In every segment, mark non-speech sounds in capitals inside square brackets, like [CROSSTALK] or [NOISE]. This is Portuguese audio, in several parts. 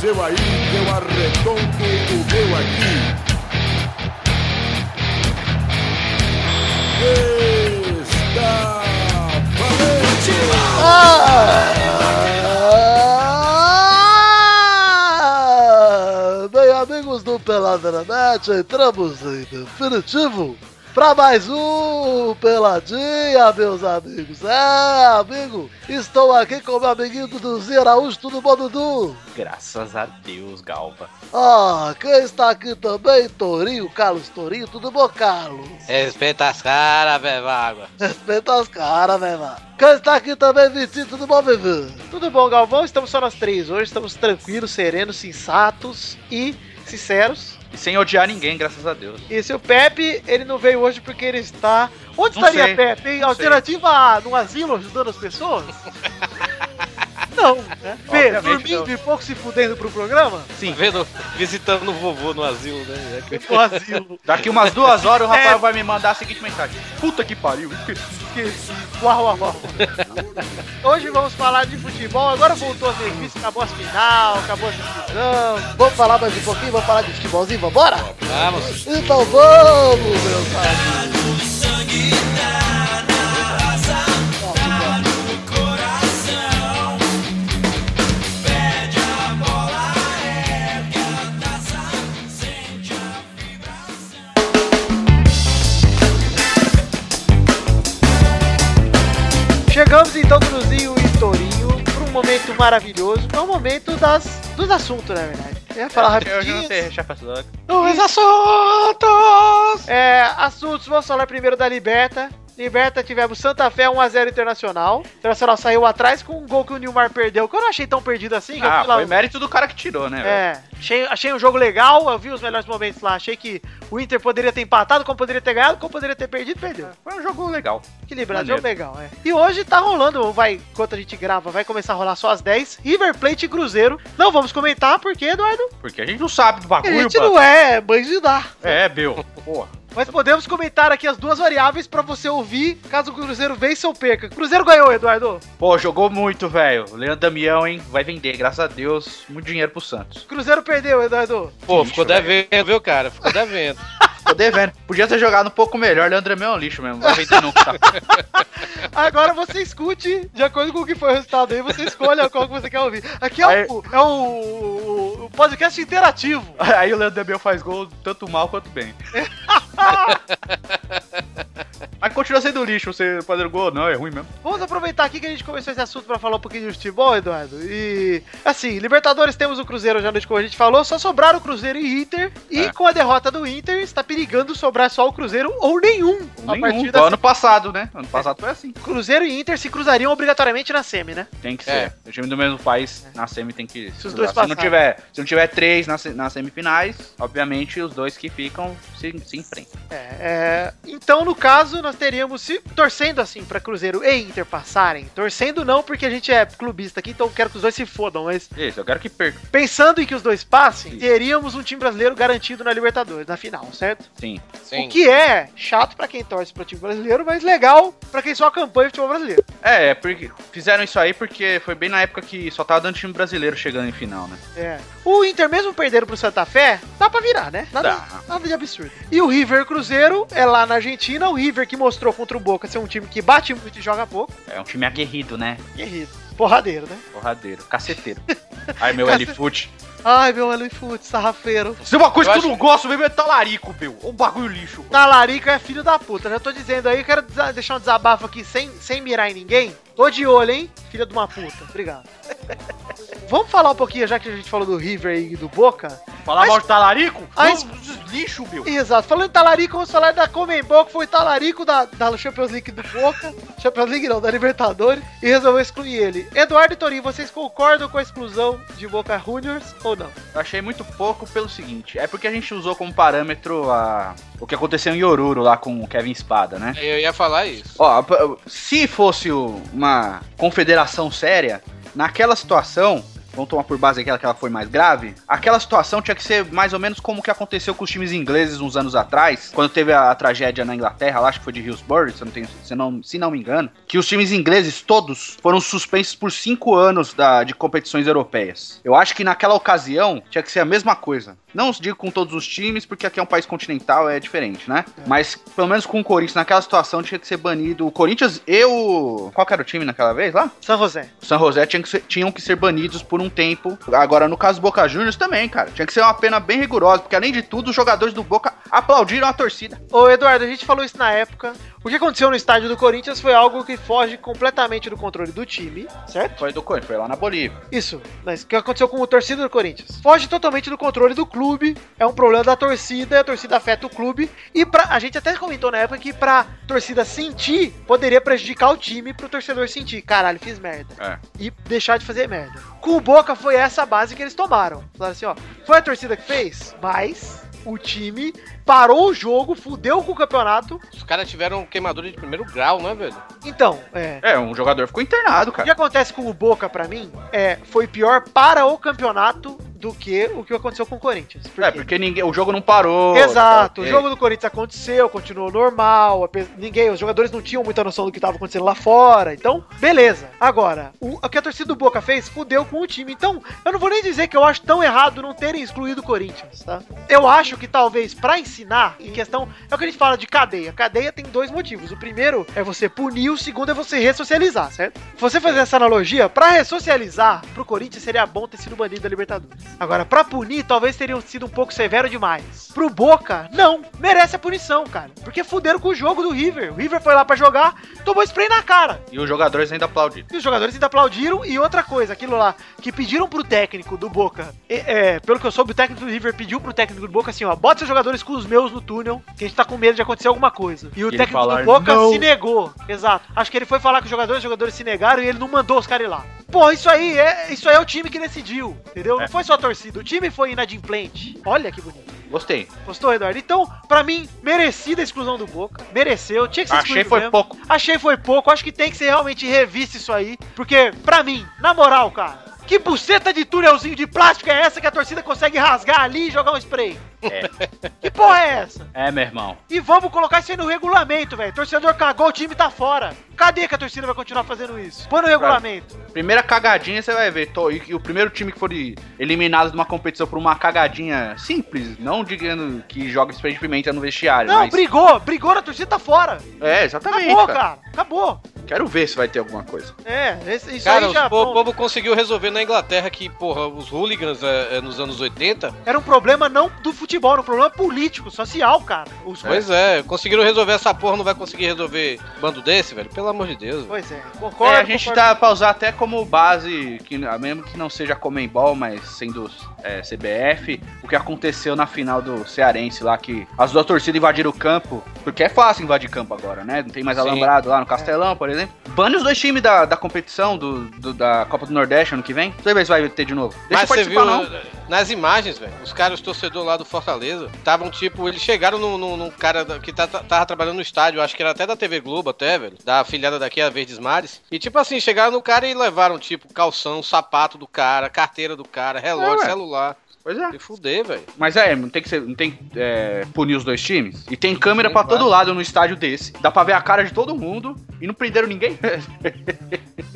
seu aí, eu arredondo o meu aqui. Está valente! Ah! Bem, amigos do Pelada na Net, entramos em definitivo para mais um Peladinha, meus amigos. É, amigo, estou aqui com meu amiguinho Duduzinho Araújo, tudo bom, Dudu? Graças a Deus, Galva. Ah, quem está aqui também? Torinho, Carlos Torinho, tudo bom, Carlos? Respeita as caras, velho água. Respeita as caras, velho. mano. Quem está aqui também, Vitinho, tudo bom, Vivi? Tudo bom, Galvão? Estamos só nós três hoje, estamos tranquilos, serenos, sensatos e sinceros. E sem odiar ninguém, graças a Deus. E se o Pepe, ele não veio hoje porque ele está. Onde Não estaria sei, Pepe, hein? não Alternativa A, num asilo ajudando as pessoas? não, né? P, Obviamente dormindo e pouco se fudendo pro programa? Sim. Tá Vendo, visitando o vovô no asilo, né? É que- Pro Um asilo. Daqui umas duas [LAUGHS] horas o Rafael É. vai me mandar a seguinte mensagem. Puta que pariu. Esqueci. Uau, uau, uau. Hoje vamos falar de futebol. Agora voltou a serviço, acabou as final, acabou a decisão. Vamos falar mais um pouquinho, vamos falar de futebolzinho, vambora? Vamos. Então vamos, meus amigos. Chegamos então, Cruzinho e Torinho, para um momento maravilhoso, que é o momento das, dos assuntos, na verdade. Eu ia falar [LAUGHS] É, Eu já rapidinho. não sei rechar pra essa hora. Os assuntos! É, assuntos, vamos falar primeiro da Liberta. Liberta, tivemos Santa Fé 1x0 Internacional. Internacional saiu atrás com um gol que o Nilmar perdeu, que eu não achei tão perdido assim. que eu Ah, fui lá- foi mérito do cara que tirou, né? velho? é, achei, achei um jogo legal, eu vi os melhores momentos lá. Achei que o Inter poderia ter empatado, como poderia ter ganhado, como poderia ter perdido, perdeu. Foi um jogo legal. Equilibrado, Maneiro. jogo legal, é. E hoje tá rolando, vai, enquanto a gente grava, vai começar a rolar só às 10. River Plate e Cruzeiro. Não vamos comentar, porque, Eduardo, Porque a gente não sabe do a bagulho, gente mano. não é mãe de dar. É, Bill. Pô. Mas podemos comentar aqui as duas variáveis pra você ouvir, caso o Cruzeiro vença ou perca. Cruzeiro ganhou, Eduardo. Pô, jogou muito, velho. Leandro Damião, hein? Vai vender, graças a Deus. Muito dinheiro pro Santos. Cruzeiro perdeu, Eduardo. Pô, Lixo, ficou velho. devendo, viu, cara? Ficou devendo. Tô devendo. Podia ter jogado um pouco melhor. Leandro Damião é um lixo mesmo. Não vai vender nunca. Tá? Agora você escute, de acordo com o que foi o resultado aí, você escolha qual que você quer ouvir. Aqui é o, Aí- é o- o podcast interativo. [LAUGHS] Aí o Leandro Damião faz gol tanto mal quanto bem. [LAUGHS] Mas continua sendo lixo você fazer gol, não, é ruim mesmo. Vamos aproveitar aqui que a gente começou esse assunto pra falar um pouquinho de futebol, Eduardo. E assim, Libertadores temos o Cruzeiro já noite como a gente falou, só sobraram o Cruzeiro e Inter. E É. com a derrota do Inter, está perigando sobrar só o Cruzeiro ou nenhum. a Nenhum. partir Igual da ano passado, né? Ano passado foi assim. Cruzeiro e Inter se cruzariam obrigatoriamente na semi, né? Tem que É. ser. O time do mesmo país na semi tem que. Se os dois se não passarem. tiver, se não tiver três nas na semifinais, obviamente os dois que ficam se, se enfrentam. É, é, então, no caso, nós teríamos, se torcendo assim pra Cruzeiro e Inter passarem, torcendo não porque a gente é clubista aqui, então eu quero que os dois se fodam, mas Isso, eu quero que perca. pensando em que os dois passem, Sim. teríamos um time brasileiro garantido na Libertadores, na final, certo? Sim. [LAUGHS] Sim. O que é chato pra quem torce pro time brasileiro, mas legal pra quem só acompanha o futebol brasileiro. É, é porque fizeram isso aí porque foi bem na época que só tava dando time brasileiro chegando em final, né? É. O Inter, mesmo perdendo pro Santa Fé, dá pra virar, né? Nada, Dá. nada de absurdo. E o River Cruzeiro é lá na Argentina. O River que mostrou contra o Boca ser um time que bate muito e joga pouco. É um time aguerrido, né? Guerreiro. Porradeiro, né? Porradeiro, [LAUGHS] caceteiro. Ai, meu Cacete- L-Foot. Ai, meu Elefute, sarrafeiro. Se uma coisa Eu que acho eu não gosto mesmo é talarico, meu. Ô bagulho lixo. Talarico é filho da puta. Já tô dizendo aí, quero desa- deixar um desabafo aqui sem, sem mirar em ninguém. Tô de olho, hein? Filha de uma puta. Obrigado. [LAUGHS] Vamos falar um pouquinho, já que a gente falou do River e do Boca. Falar Mas- mal de talarico? Ai, Não, lixo, meu. Exato. Falando em talarico, vamos falar da Comembol, que foi talarico da, da Champions League do Boca. [LAUGHS] Champions League não, da Libertadores. E resolveu excluir ele. Eduardo e Torinho, vocês concordam com a exclusão de Boca Juniors ou não? Eu achei muito pouco pelo seguinte. É porque a gente usou como parâmetro a... o que aconteceu em Oruro lá com o Kevin Espada, né? Eu ia falar isso. Ó, p- se fosse o- uma confederação séria, naquela situação, vamos tomar por base aquela que ela foi mais grave, aquela situação tinha que ser mais ou menos como que aconteceu com os times ingleses uns anos atrás, quando teve a, a tragédia na Inglaterra, lá, acho que foi de Hillsborough, se, eu não tenho- se, não, se não me engano, que os times ingleses todos foram suspensos por cinco anos da- de competições europeias. Eu acho que naquela ocasião tinha que ser a mesma coisa. Não digo com todos os times, porque aqui é um país continental, é diferente, né? Mas pelo menos com o Corinthians, naquela situação tinha que ser banido. O Corinthians e o. Qual que era o time naquela vez lá? São José. O San José tinha que ser- tinham que ser banidos por um tempo. Agora, no caso do Boca Juniors também, cara. Tinha que ser uma pena bem rigorosa, porque além de tudo, os jogadores do Boca aplaudiram a torcida. Ô, Eduardo, a gente falou isso na época. O que aconteceu no estádio do Corinthians foi algo que foge completamente do controle do time, certo? Foi do Corinthians, foi lá na Bolívia. Isso, mas o que aconteceu com o torcida do Corinthians? Foge totalmente do controle do clube, é um problema da torcida, a torcida afeta o clube, e pra, a gente até comentou na época que pra torcida sentir, poderia prejudicar o time pro torcedor sentir, caralho, fiz merda. É. E deixar de fazer merda. Com o Boca foi essa a base que eles tomaram. Falaram assim, ó, foi a torcida que fez, mas o time parou o jogo, fudeu com o campeonato, Os caras tiveram queimadura de primeiro grau, né, velho? então, é... É, um jogador ficou internado, O que cara. acontece com o Boca, pra mim, é, foi pior para o campeonato do que o que aconteceu com o Corinthians. Por É, quê? porque ninguém, o jogo não parou. Exato, tá, o ok. jogo do Corinthians aconteceu, continuou normal, ape- ninguém, os jogadores não tinham muita noção do que estava acontecendo lá fora, então, beleza. Agora, o, o que a torcida do Boca fez, fudeu com o time, então, eu não vou nem dizer que eu acho tão errado não terem excluído o Corinthians, tá? Eu acho que talvez pra ensinar, em questão, é o que a gente fala de cadeia, cadeia tem dois motivos, o primeiro é você punir, o segundo é você ressocializar, certo? Você fazer essa analogia, pra ressocializar, pro Corinthians seria bom ter sido banido da Libertadores. Agora, pra punir, talvez teriam sido um pouco severo demais. Pro Boca, não. Merece a punição, cara. Porque fuderam com o jogo do River. O River foi lá pra jogar, tomou spray na cara. E os jogadores ainda aplaudiram. E os jogadores ainda aplaudiram. E outra coisa, aquilo lá que pediram pro técnico do Boca. e- é, pelo que eu soube, o técnico do River pediu pro técnico do Boca assim: ó, bota seus jogadores com os meus no túnel, que a gente tá com medo de acontecer alguma coisa. E o ele técnico falar, do Boca "Não." se negou. Exato. Acho que ele foi falar com os jogadores, os jogadores se negaram e ele não mandou os caras ir lá. Pô, isso aí é isso aí é o time que decidiu, entendeu? É. Não foi só a torcida, o time foi inadimplente. Olha que bonito. Gostei. Gostou, Eduardo? Então, pra mim, merecida a exclusão do Boca. Mereceu, tinha que ser Achei excluído foi mesmo. pouco. Achei foi pouco, acho que tem que ser realmente revisto isso aí. Porque, pra mim, na moral, cara, que buceta de túnelzinho de plástico é essa que a torcida consegue rasgar ali e jogar um spray? que porra é essa? É, meu irmão. E vamos colocar isso aí no regulamento, velho. Torcedor cagou, o time tá fora. Cadê que a torcida vai continuar fazendo isso? Põe no regulamento. Primeira cagadinha você vai ver. Tô- e, e o primeiro time que for de- eliminado de uma competição por uma cagadinha simples, não digando que joga spray de pimenta no vestiário. Não, mas... brigou, brigou na torcida, tá fora. É, exatamente. Acabou, cara. cara. Acabou. Quero ver se vai ter alguma coisa. É, esse- isso Cara, aí os já. po- o bom, povo conseguiu resolver na Inglaterra que, porra, os hooligans é, é, nos anos 80, Era um problema não do futebol, era um problema político, social, cara. Os pois é, conseguiram resolver essa porra, não vai conseguir resolver bando desse, velho? Pelo amor de Deus. velho. Pois é, concordo. É, a gente concordo. tá pra usar até como base, que, mesmo que não seja Comembol, mas sendo é, CBF, o que aconteceu na final do Cearense lá, que as duas torcidas invadiram o campo, porque é fácil invadir campo agora, né? Não tem mais Sim. alambrado lá no Castelão, por exemplo. Bane os dois times da, da competição, do, do- da Copa do Nordeste ano que vem. Deixa eu ver se vai ter de novo. Deixa eu Mas você participar, viu não. eh, nas imagens, velho, os caras, os torcedores lá do Fortaleza, estavam tipo, eles chegaram num, num- num cara da- que tá, tá- tava trabalhando no estádio, acho que era até da TV Globo, até, velho, da afilhada daqui, a Verdes Mares. E tipo assim, chegaram no cara e levaram, tipo, calção, sapato do cara, carteira do cara, É, Ah, relógio, ué. celular. Pois é. E fuder, velho. Mas é, não tem que ser, não tem que, é, punir os dois times. E tem câmera pra claro. todo lado no estádio desse. Dá pra ver a cara de todo mundo e não prenderam [LAUGHS] ninguém.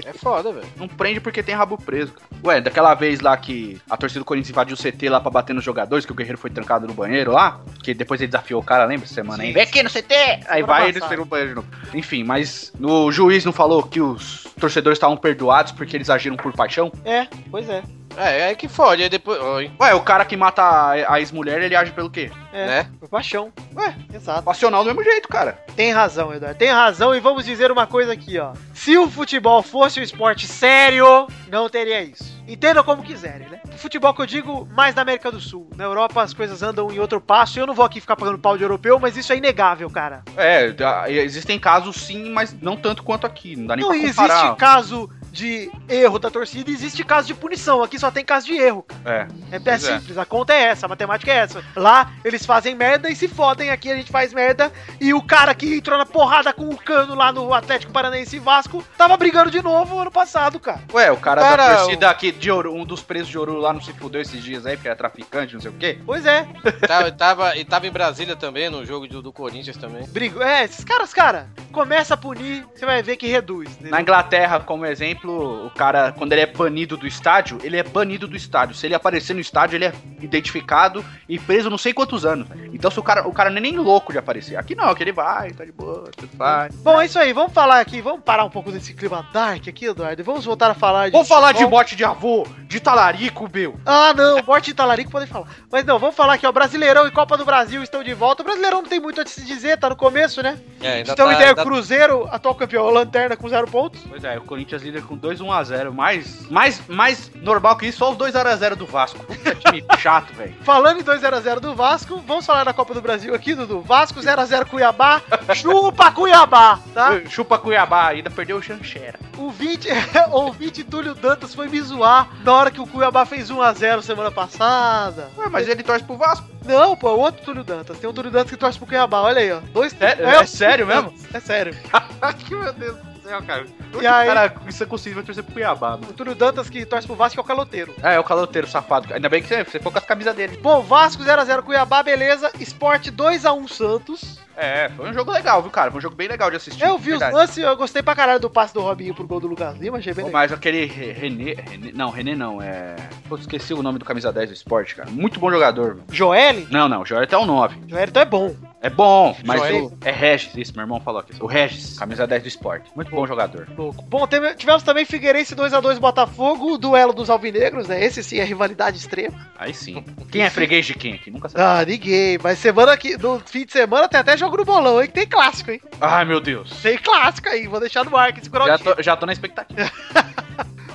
É foda, velho. Não prende porque tem rabo preso, cara. Ué, daquela vez lá que a torcida do Corinthians invadiu o CT lá pra bater nos jogadores, que o Guerreiro foi trancado no banheiro lá, que depois ele desafiou o cara, lembra essa semana aí? Sim. Vem aqui no CT! é, Aí Semana vai e eles passada. pegam o banheiro de novo. Enfim, mas o juiz não falou que os torcedores estavam perdoados porque eles agiram por paixão? É, pois é. É, é que fode, aí depois. ó, hein, Ué, o cara que mata a a ex-mulher, ele age pelo quê? É. Né? Por paixão. Ué, exato. Passional do mesmo jeito, cara. Tem razão, Eduardo. Tem razão. E vamos dizer uma coisa aqui, ó. Se o futebol fosse um esporte sério, não teria isso. Entendam como quiserem, né? Futebol que eu digo mais na América do Sul. Na Europa as coisas andam em outro passo. E eu não vou aqui ficar pagando pau de europeu, mas isso é inegável, cara. É, da- existem casos sim, mas não tanto quanto aqui. Não dá nem Não pra existe comparar. caso de erro da torcida, existe caso de punição. Aqui só tem caso de erro. cara. É. É, é Pois é. simples, a conta é essa, a matemática é essa. Lá eles fazem merda e se fodem, aqui a gente faz merda. E o cara que entrou na porrada com o cano lá no Atlético Paranaense e Vasco tava brigando de novo ano passado, cara. Ué, o cara, Cara, da torcida aqui de Ouro, um dos presos de Ouro lá não se fudeu esses dias aí, porque era traficante, não sei o quê. Pois é, Tava, e tava, e tava em Brasília também, no jogo do, do Corinthians também. brigo. É, esses caras, cara, começa a punir, você vai ver que reduz. né? entendeu? Na Inglaterra, como exemplo, o cara, quando ele é banido do estádio, ele é banido do estádio. Se ele aparecer no estádio, ele é identificado e preso não sei quantos anos. Então se o cara, o cara não é nem louco de aparecer. Aqui não, aqui ele vai, tá de boa, tudo vai. Bom, é isso aí, vamos falar aqui, vamos parar um pouco desse clima dark aqui, Eduardo, e vamos voltar a falar de. Vou falar de futebol. bote de avô, de talarico, meu. Ah, não, morte e talarico podem falar. Mas não, vamos falar aqui, ó. Brasileirão e Copa do Brasil estão de volta. O Brasileirão não tem muito a se dizer, tá no começo, né? É, ainda Então, tá- ideia, o ainda- Cruzeiro, atual campeão, lanterna com zero pontos. Pois é, o Corinthians líder com 2-1-0. Mais, mais, mais normal que isso, só os 2x0 do Vasco. Puta time chato, velho. Falando em 2x0 do Vasco, vamos falar da Copa do Brasil aqui, Dudu. Vasco 0x0 [LAUGHS] Cuiabá, chupa Cuiabá, tá? Chupa Cuiabá, ainda perdeu o Xanxera. O 20, [LAUGHS] o 20 Túlio Dantas foi me zoar na hora que o Cuiabá fez 1x0 semana passada. Ué, mas ele torce pro Vasco. Não, pô, é outro Túlio Dantas. Tem um Túlio Dantas que torce pro Cuiabá, olha aí, ó. Dois Sério? É sério mesmo? É sério. [LAUGHS] que meu Deus do céu, cara. E aí? Cara, isso é possível torcer pro Cuiabá, mano. O Túlio Dantas que torce pro Vasco é o caloteiro. É, é o caloteiro safado. Ainda bem que você, você foi com as camisas dele. Bom, Vasco 0x0 Cuiabá, beleza. Sport 2x1 Santos. É, foi um jogo legal, viu, cara? Foi um jogo bem legal de assistir. Eu vi os verdade. lances, eu gostei pra caralho do passe do Robinho pro gol do Lucas Lima, achei bem Pô, legal. Mas aquele Re- René, René- Não, René não, é. Pô, esqueci o nome do camisa 10 do esporte, cara. Muito bom jogador, mano. Joel? Não, não, o Joel é até o 9. Joel então é bom. É bom, mas Joel. o- é Regis, isso, meu irmão falou aqui. O Regis, camisa 10 do esporte. Muito bom jogador. Louco. Bom, teve- tivemos também Figueirense 2x2 Botafogo, o duelo dos alvinegros, né? Esse sim é rivalidade extrema. Aí [LAUGHS] sim. Quem é freguês de quem aqui? Nunca sabe. Ah, ninguém. Mas semana que, no fim de semana tem até jogo no bolão, hein? Que tem clássico, hein? Ai, Ah, meu Deus. Tem clássico aí, vou deixar no ar aqui, segurar Já o time. tô, já tô na expectativa.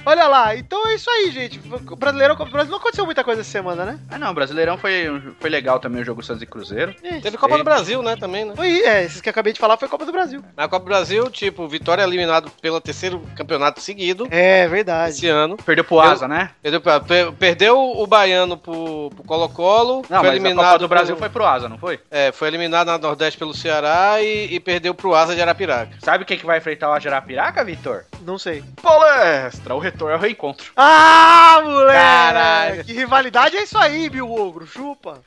Olha lá, então é isso aí, gente. O Brasileirão, o Brasileiro não aconteceu muita coisa essa semana, né? Ah, não, o Brasileirão foi, foi legal também o jogo Santos e Cruzeiro. Teve Copa do Brasil, né, também, né? Foi, é, esses que eu acabei de falar foi Copa do Brasil. Na Copa do Brasil, tipo, Vitória eliminado pelo terceiro campeonato seguido É, verdade. esse ano. Perdeu pro Asa, né? Perdeu, pra- per- perdeu o Baiano pro, pro Colo-Colo. Não, mas a Copa do Brasil pelo- foi pro Asa, não foi? É, foi eliminado na Nordeste pelo Ceará e, e perdeu pro Asa de Arapiraca. Sabe quem que vai enfrentar o Asa de Arapiraca, Vitor? Não sei. Palestra, o retorno é o reencontro. Ah, moleque! Caralho. Que rivalidade é isso aí, meu ogro, chupa.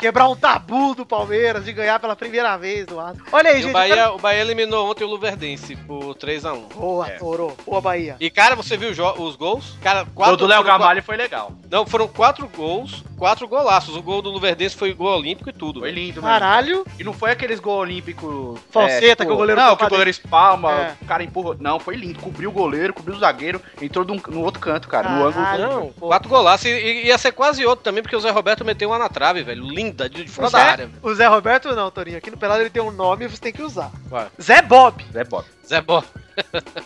Quebrar um tabu do Palmeiras de ganhar pela primeira vez do Asa. Olha aí, E gente. o eu Bahia, quero- o Bahia eliminou ontem o Luverdense por 3x1. Boa, Toro. Boa, Bahia. E, cara, você viu jo- os gols? Cara, O quatro, do Léo foram qua- Gamalho foi legal. Não, foram quatro gols, quatro golaços. O gol do Luverdense foi gol olímpico e tudo. Foi velho. lindo, mano. Caralho. E não foi aqueles gols olímpicos. Falseta, que o goleiro tipo, foi Não, que pra o goleiro espalma, É. o cara empurra. Não, foi lindo. Cobriu o goleiro, cobriu o zagueiro, entrou de um- no outro canto, cara. No ângulo. Caralho. Não, Pô. quatro golaços. E, e ia ser quase outro também, porque o Zé Roberto meteu uma na trave, velho. Linda, de de fora O da é. Zé, área. o Zé Roberto não, Torinho. Aqui no Pelado ele tem um nome e você tem que usar. Vai. Zé Bob. Zé Bob. Zé Bo...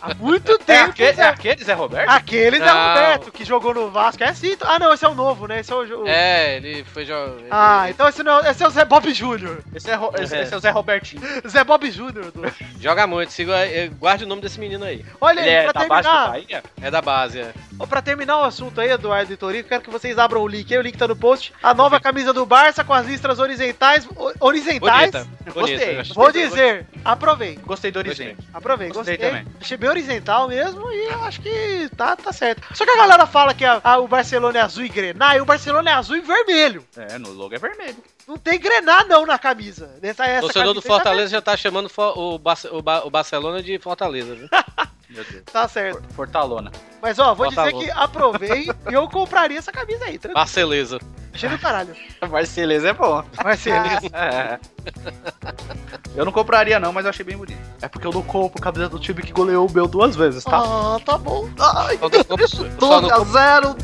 Há muito É tempo. aquele, é Zé... aquele Zé Roberto? Aquele Zé Não. Roberto que jogou no Vasco. É assim. Ah, não, esse é o novo, né? Esse é o. jo- É, ele foi jogado. Ah, então esse, não é... esse é o Zé Bob Júnior. Esse é, Ro- esse- É. esse é o Zé Robertinho. Zé Bob Júnior. do- Joga muito, siga, eh, guarde o nome desse menino aí. Olha Ele aí, é pra da base do terminar. Bahia? É da base, é. Ó, pra terminar o assunto aí, Eduardo e Torinho, quero que vocês abram o link aí, o link tá no post. A nova camisa do Barça com as listras horizontais. o- Horizontais? Bonita. Gostei. Bonita. Vou dizer, aprovei. Gostei do Gostei. Orizente. Aprovei, gostei. Gostei também. Achei bem horizontal mesmo e eu acho que tá, tá certo. Só que a galera fala que a- a- o Barcelona é azul e grená, e o Barcelona é azul e vermelho. É, no logo é vermelho. Não tem grená não na camisa. Nessa, essa Torcedor camisa do é aí tá Fortaleza já tá chamando fo- o, Barce- o Ba- o Barcelona de Fortaleza, [LAUGHS] viu? Meu Deus. certo, Tá certo. For- [LAUGHS] Fortalona. Mas ó, vou Bota a dizer louca. que aprovei e eu compraria essa camisa aí, tranquilo. Barceleza. Achei do caralho. Marceleza é [LAUGHS] bom. Marcelo. É. Eu não compraria, não, mas eu achei bem bonito. É porque eu não compro camisa do time que goleou o meu duas vezes, tá? Ah, tá bom. Ai, Só no corpo, só no 12 a corpo, 0.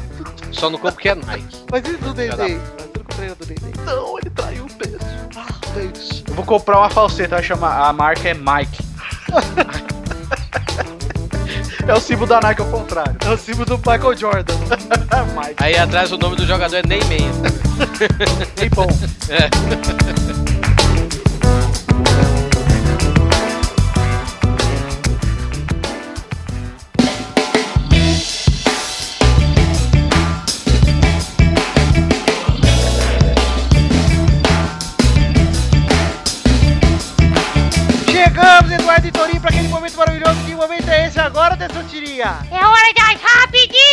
só no corpo que é Nike. Mas e do Filha da Dendê? Mas tudo com o treino do Dendê. Não, ele traiu o peso. Ah, Deus. Eu vou comprar uma falseta, vai chamar. A marca é [LAUGHS] Mike. é o símbolo da Nike ao contrário. É o símbolo do Michael Jordan. Aí atrás o nome do jogador é Neymar. É, Bem bom. é rapidinha! É hora das rapidinhas!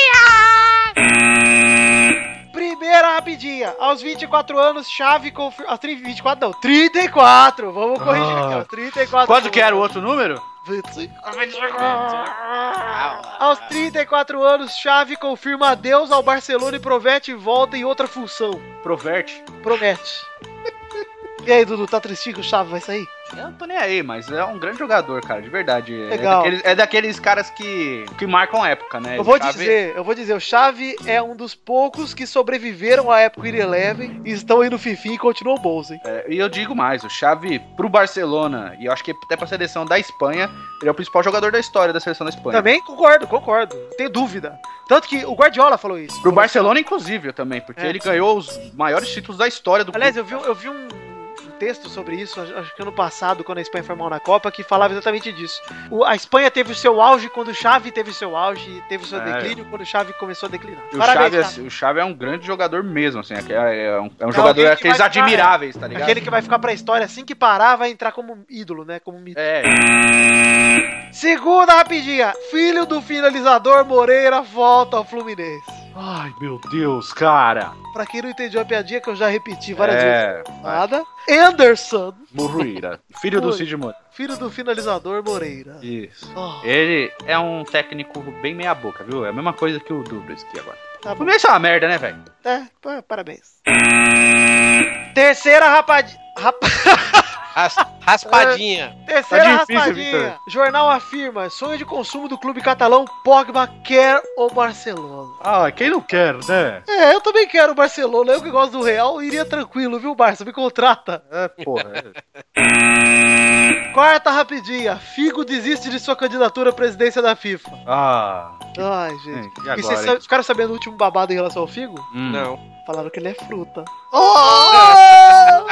Primeira rapidinha. Aos 24 anos, Chave confirma. Aos 30 24, não, 34. Vamos corrigir aqui, ó. 34. Quanto que era o outro número? 25. Aos 34 anos, Chave confirma adeus ao Barcelona e Provete volta em outra função. Proverte. Promete. E aí, Dudu, tá tristinho que o Chave vai sair? Eu não tô nem aí, mas é um grande jogador, cara, de verdade. Legal. É, daqueles, é daqueles caras que, que marcam época, né? Eu vou Xavi- dizer, eu vou dizer, o Chave é um dos poucos que sobreviveram à época do Eleven e estão aí no Fifi e continuam bons, hein? É, E eu digo mais, o Xavi pro Barcelona e eu acho que até pra seleção da Espanha, ele é o principal jogador da história da seleção da Espanha. Também concordo, concordo. Não Tenho dúvida. Tanto que o Guardiola falou isso. Pro Barcelona, inclusive, eu também, porque É. ele ganhou os maiores títulos da história do Aliás, eu vi, eu vi um um texto sobre isso, acho- acho que ano passado, quando a Espanha foi mal na Copa, que falava exatamente disso. O- a Espanha teve o seu auge quando o Xavi teve o seu auge, teve o seu É. declínio quando o Xavi começou a declinar. E O Xavi, Xavi. assim, o Xavi é um grande jogador mesmo, assim. É, é um, é um alguém jogador que daqueles vai ficar- é. admiráveis, tá ligado? Aquele que vai ficar pra história assim que parar, vai entrar como ídolo, né? Como mito. É, Segunda rapidinha. Filho do finalizador Moreira volta ao Fluminense. Ai, meu Deus, cara. Pra quem não entendeu a piadinha que eu já repeti várias vezes. É, Nada. Anderson, Moreira. Filho do Ui. Cid Moreira. filho do finalizador Moreira. Isso. Oh, Ele é um técnico bem meia boca, viu? É a mesma coisa que o Dubris aqui agora. tá O bom. Fluminense é uma merda, né, velho? É, pa- parabéns. Terceira rapadinha. Ras- raspadinha. Terceira Tá difícil, raspadinha. Vitor. Jornal afirma: sonho de consumo do clube catalão Pogba quer o Barcelona. Ah, quem não quer, né? É, eu também quero o Barcelona. Eu que gosto do Real, iria tranquilo, viu, Barça? Me contrata. É, porra. é. Quarta rapidinha. Figo desiste de sua candidatura à presidência da FIFA. [LAUGHS] Ah. Ai, gente. É, E agora? E vocês sa- hein? ficaram sabendo o último babado em relação ao Figo? Hum. Não. Falaram que ele é fruta. Nossa,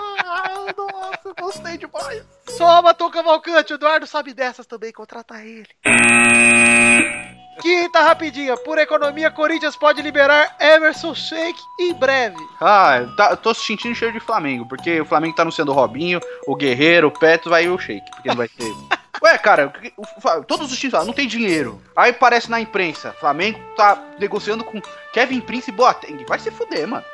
gostei demais. Soma, Tom Cavalcante, o Eduardo sabe dessas também, contrata ele. Quinta rapidinha, por economia, Corinthians pode liberar Emerson Shake em breve. Ah, eu tá- eu tô sentindo cheiro de Flamengo, porque o Flamengo tá anunciando o Robinho, o Guerreiro, o Petro, vai o Shake, porque não vai [LAUGHS] ter. Ué, cara, o que- o Fa- todos os times lá, não tem dinheiro. Aí parece na imprensa, Flamengo tá negociando com Kevin Prince e Boateng. Vai se fuder, [LAUGHS] mano.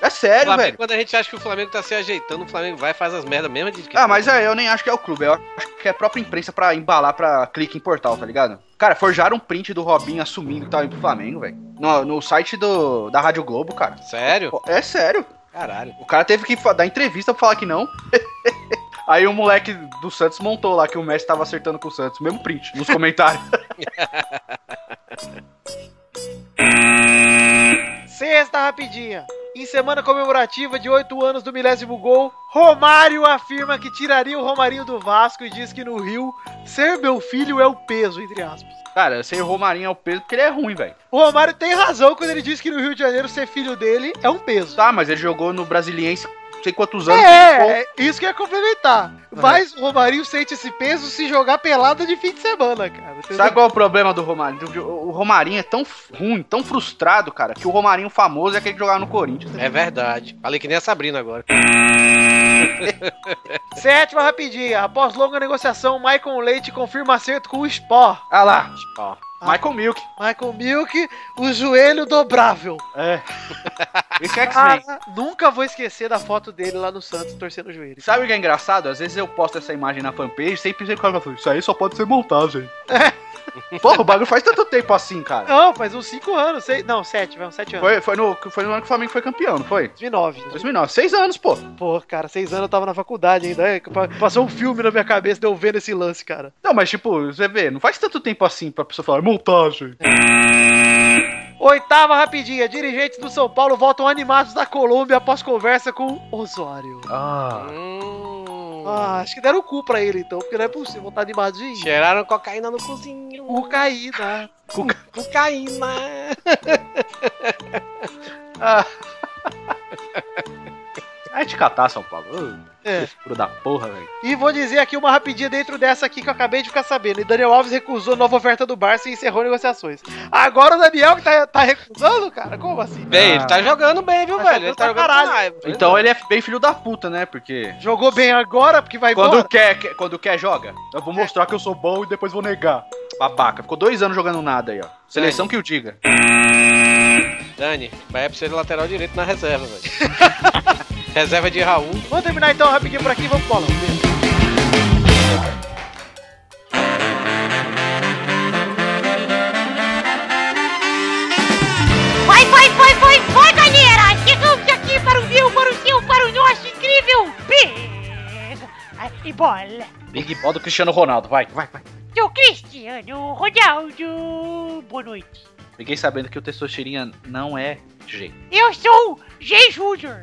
É sério, Flamengo, velho. quando a gente acha que o Flamengo tá se ajeitando, o Flamengo vai e faz as merdas mesmo de que. Ah, mas é, eu nem acho que é o clube, eu acho que é a própria imprensa pra embalar pra clique em portal, tá ligado? Cara, forjaram um print do Robinho assumindo que tava indo pro Flamengo, velho. No, no site do, da Rádio Globo, cara. Sério? Pô, É sério. Caralho. O cara teve que fa- dar entrevista pra falar que não. [LAUGHS] Aí o moleque do Santos montou lá que o Messi tava acertando com o Santos. Mesmo print nos comentários. [LAUGHS] Sexta rapidinha, em semana comemorativa de 8 anos do milésimo gol, Romário afirma que tiraria o Romarinho do Vasco e diz que no Rio, ser meu filho é o peso, entre aspas. cara, sem o Romarinho é o peso porque ele é ruim, velho. O Romário tem razão quando ele diz que no Rio de Janeiro ser filho dele é um peso. Tá, mas ele jogou no Brasiliense não sei quantos anos. É, é, isso que eu ia complemenar. Mas o Romarinho sente esse peso se jogar pelada de fim de semana, cara. Entendeu? Sabe qual é o problema do Romarinho? O Romarinho é tão f- ruim, tão frustrado, cara, que o Romarinho famoso é aquele que jogava no Corinthians. É verdade. Falei que nem a Sabrina agora. Sétima rapidinha. Após longa negociação, Michael Leite confirma acerto com o Sport. Ah lá, Ó. Michael Milk. Michael Milk, o joelho dobrável. É. [LAUGHS] Esse é X-Men. Cara, Ah, nunca vou esquecer da foto dele lá no Santos torcendo o joelho. Sabe o que é engraçado? Às vezes eu posto essa imagem na fanpage, sempre o cara fala, isso aí só pode ser montagem. [LAUGHS] Porra, o bagulho faz tanto tempo assim, cara. Não, faz uns 5 anos, seis, não, 7, vai uns 7 anos. Foi, foi, no, foi no ano que o Flamengo foi campeão, não foi? 2009. 2009, seis anos, pô. Pô, cara, 6 anos eu tava na faculdade ainda. é, Passou um filme na minha cabeça de eu vendo esse lance, cara. Não, mas tipo, você vê, não faz tanto tempo assim pra pessoa falar, montagem. Oitava rapidinha. Dirigentes do São Paulo voltam animados da Colômbia após conversa com Osório. Ah. Hum. Ah, acho que deram o cu pra ele então, porque não é possível voltar animadinho. Cheiraram cocaína no cozinho. Hum. Cocaína. Cocaína. Vai te É catar, São Paulo. É. Frescura da porra, velho. E vou dizer aqui uma rapidinha dentro dessa aqui que eu acabei de ficar sabendo. E Daniel Alves recusou nova oferta do Barça e encerrou negociações. Agora o Daniel que tá, tá recusando, cara? Como assim? Bem, ele tá jogando bem, viu, Tá velho? Ele jogando tá pra jogando caralho. com raiva. Então ele é bem filho da puta, né? Porque. Jogou bem agora porque vai Quando embora? É. quer, quer- quando quer, joga. Eu vou mostrar que eu sou bom e depois vou negar. Babaca. Ficou dois anos jogando nada aí, ó. É. Seleção que o diga. Dani, mas é pra ser lateral direito na reserva, [LAUGHS] velho. reserva de Raul. Vamos terminar então rapidinho por aqui, vamos pro bolão. Vai, vai, vai, vai, vai, galera! Chegamos aqui para o meu, para o seu, para o nosso incrível Pega e bola Big Ball do Cristiano Ronaldo, vai, vai, vai. do Cristiano Ronaldo. Boa noite. Fiquei sabendo que o Testosterinha não é jeito. Eu sou Jay Júnior.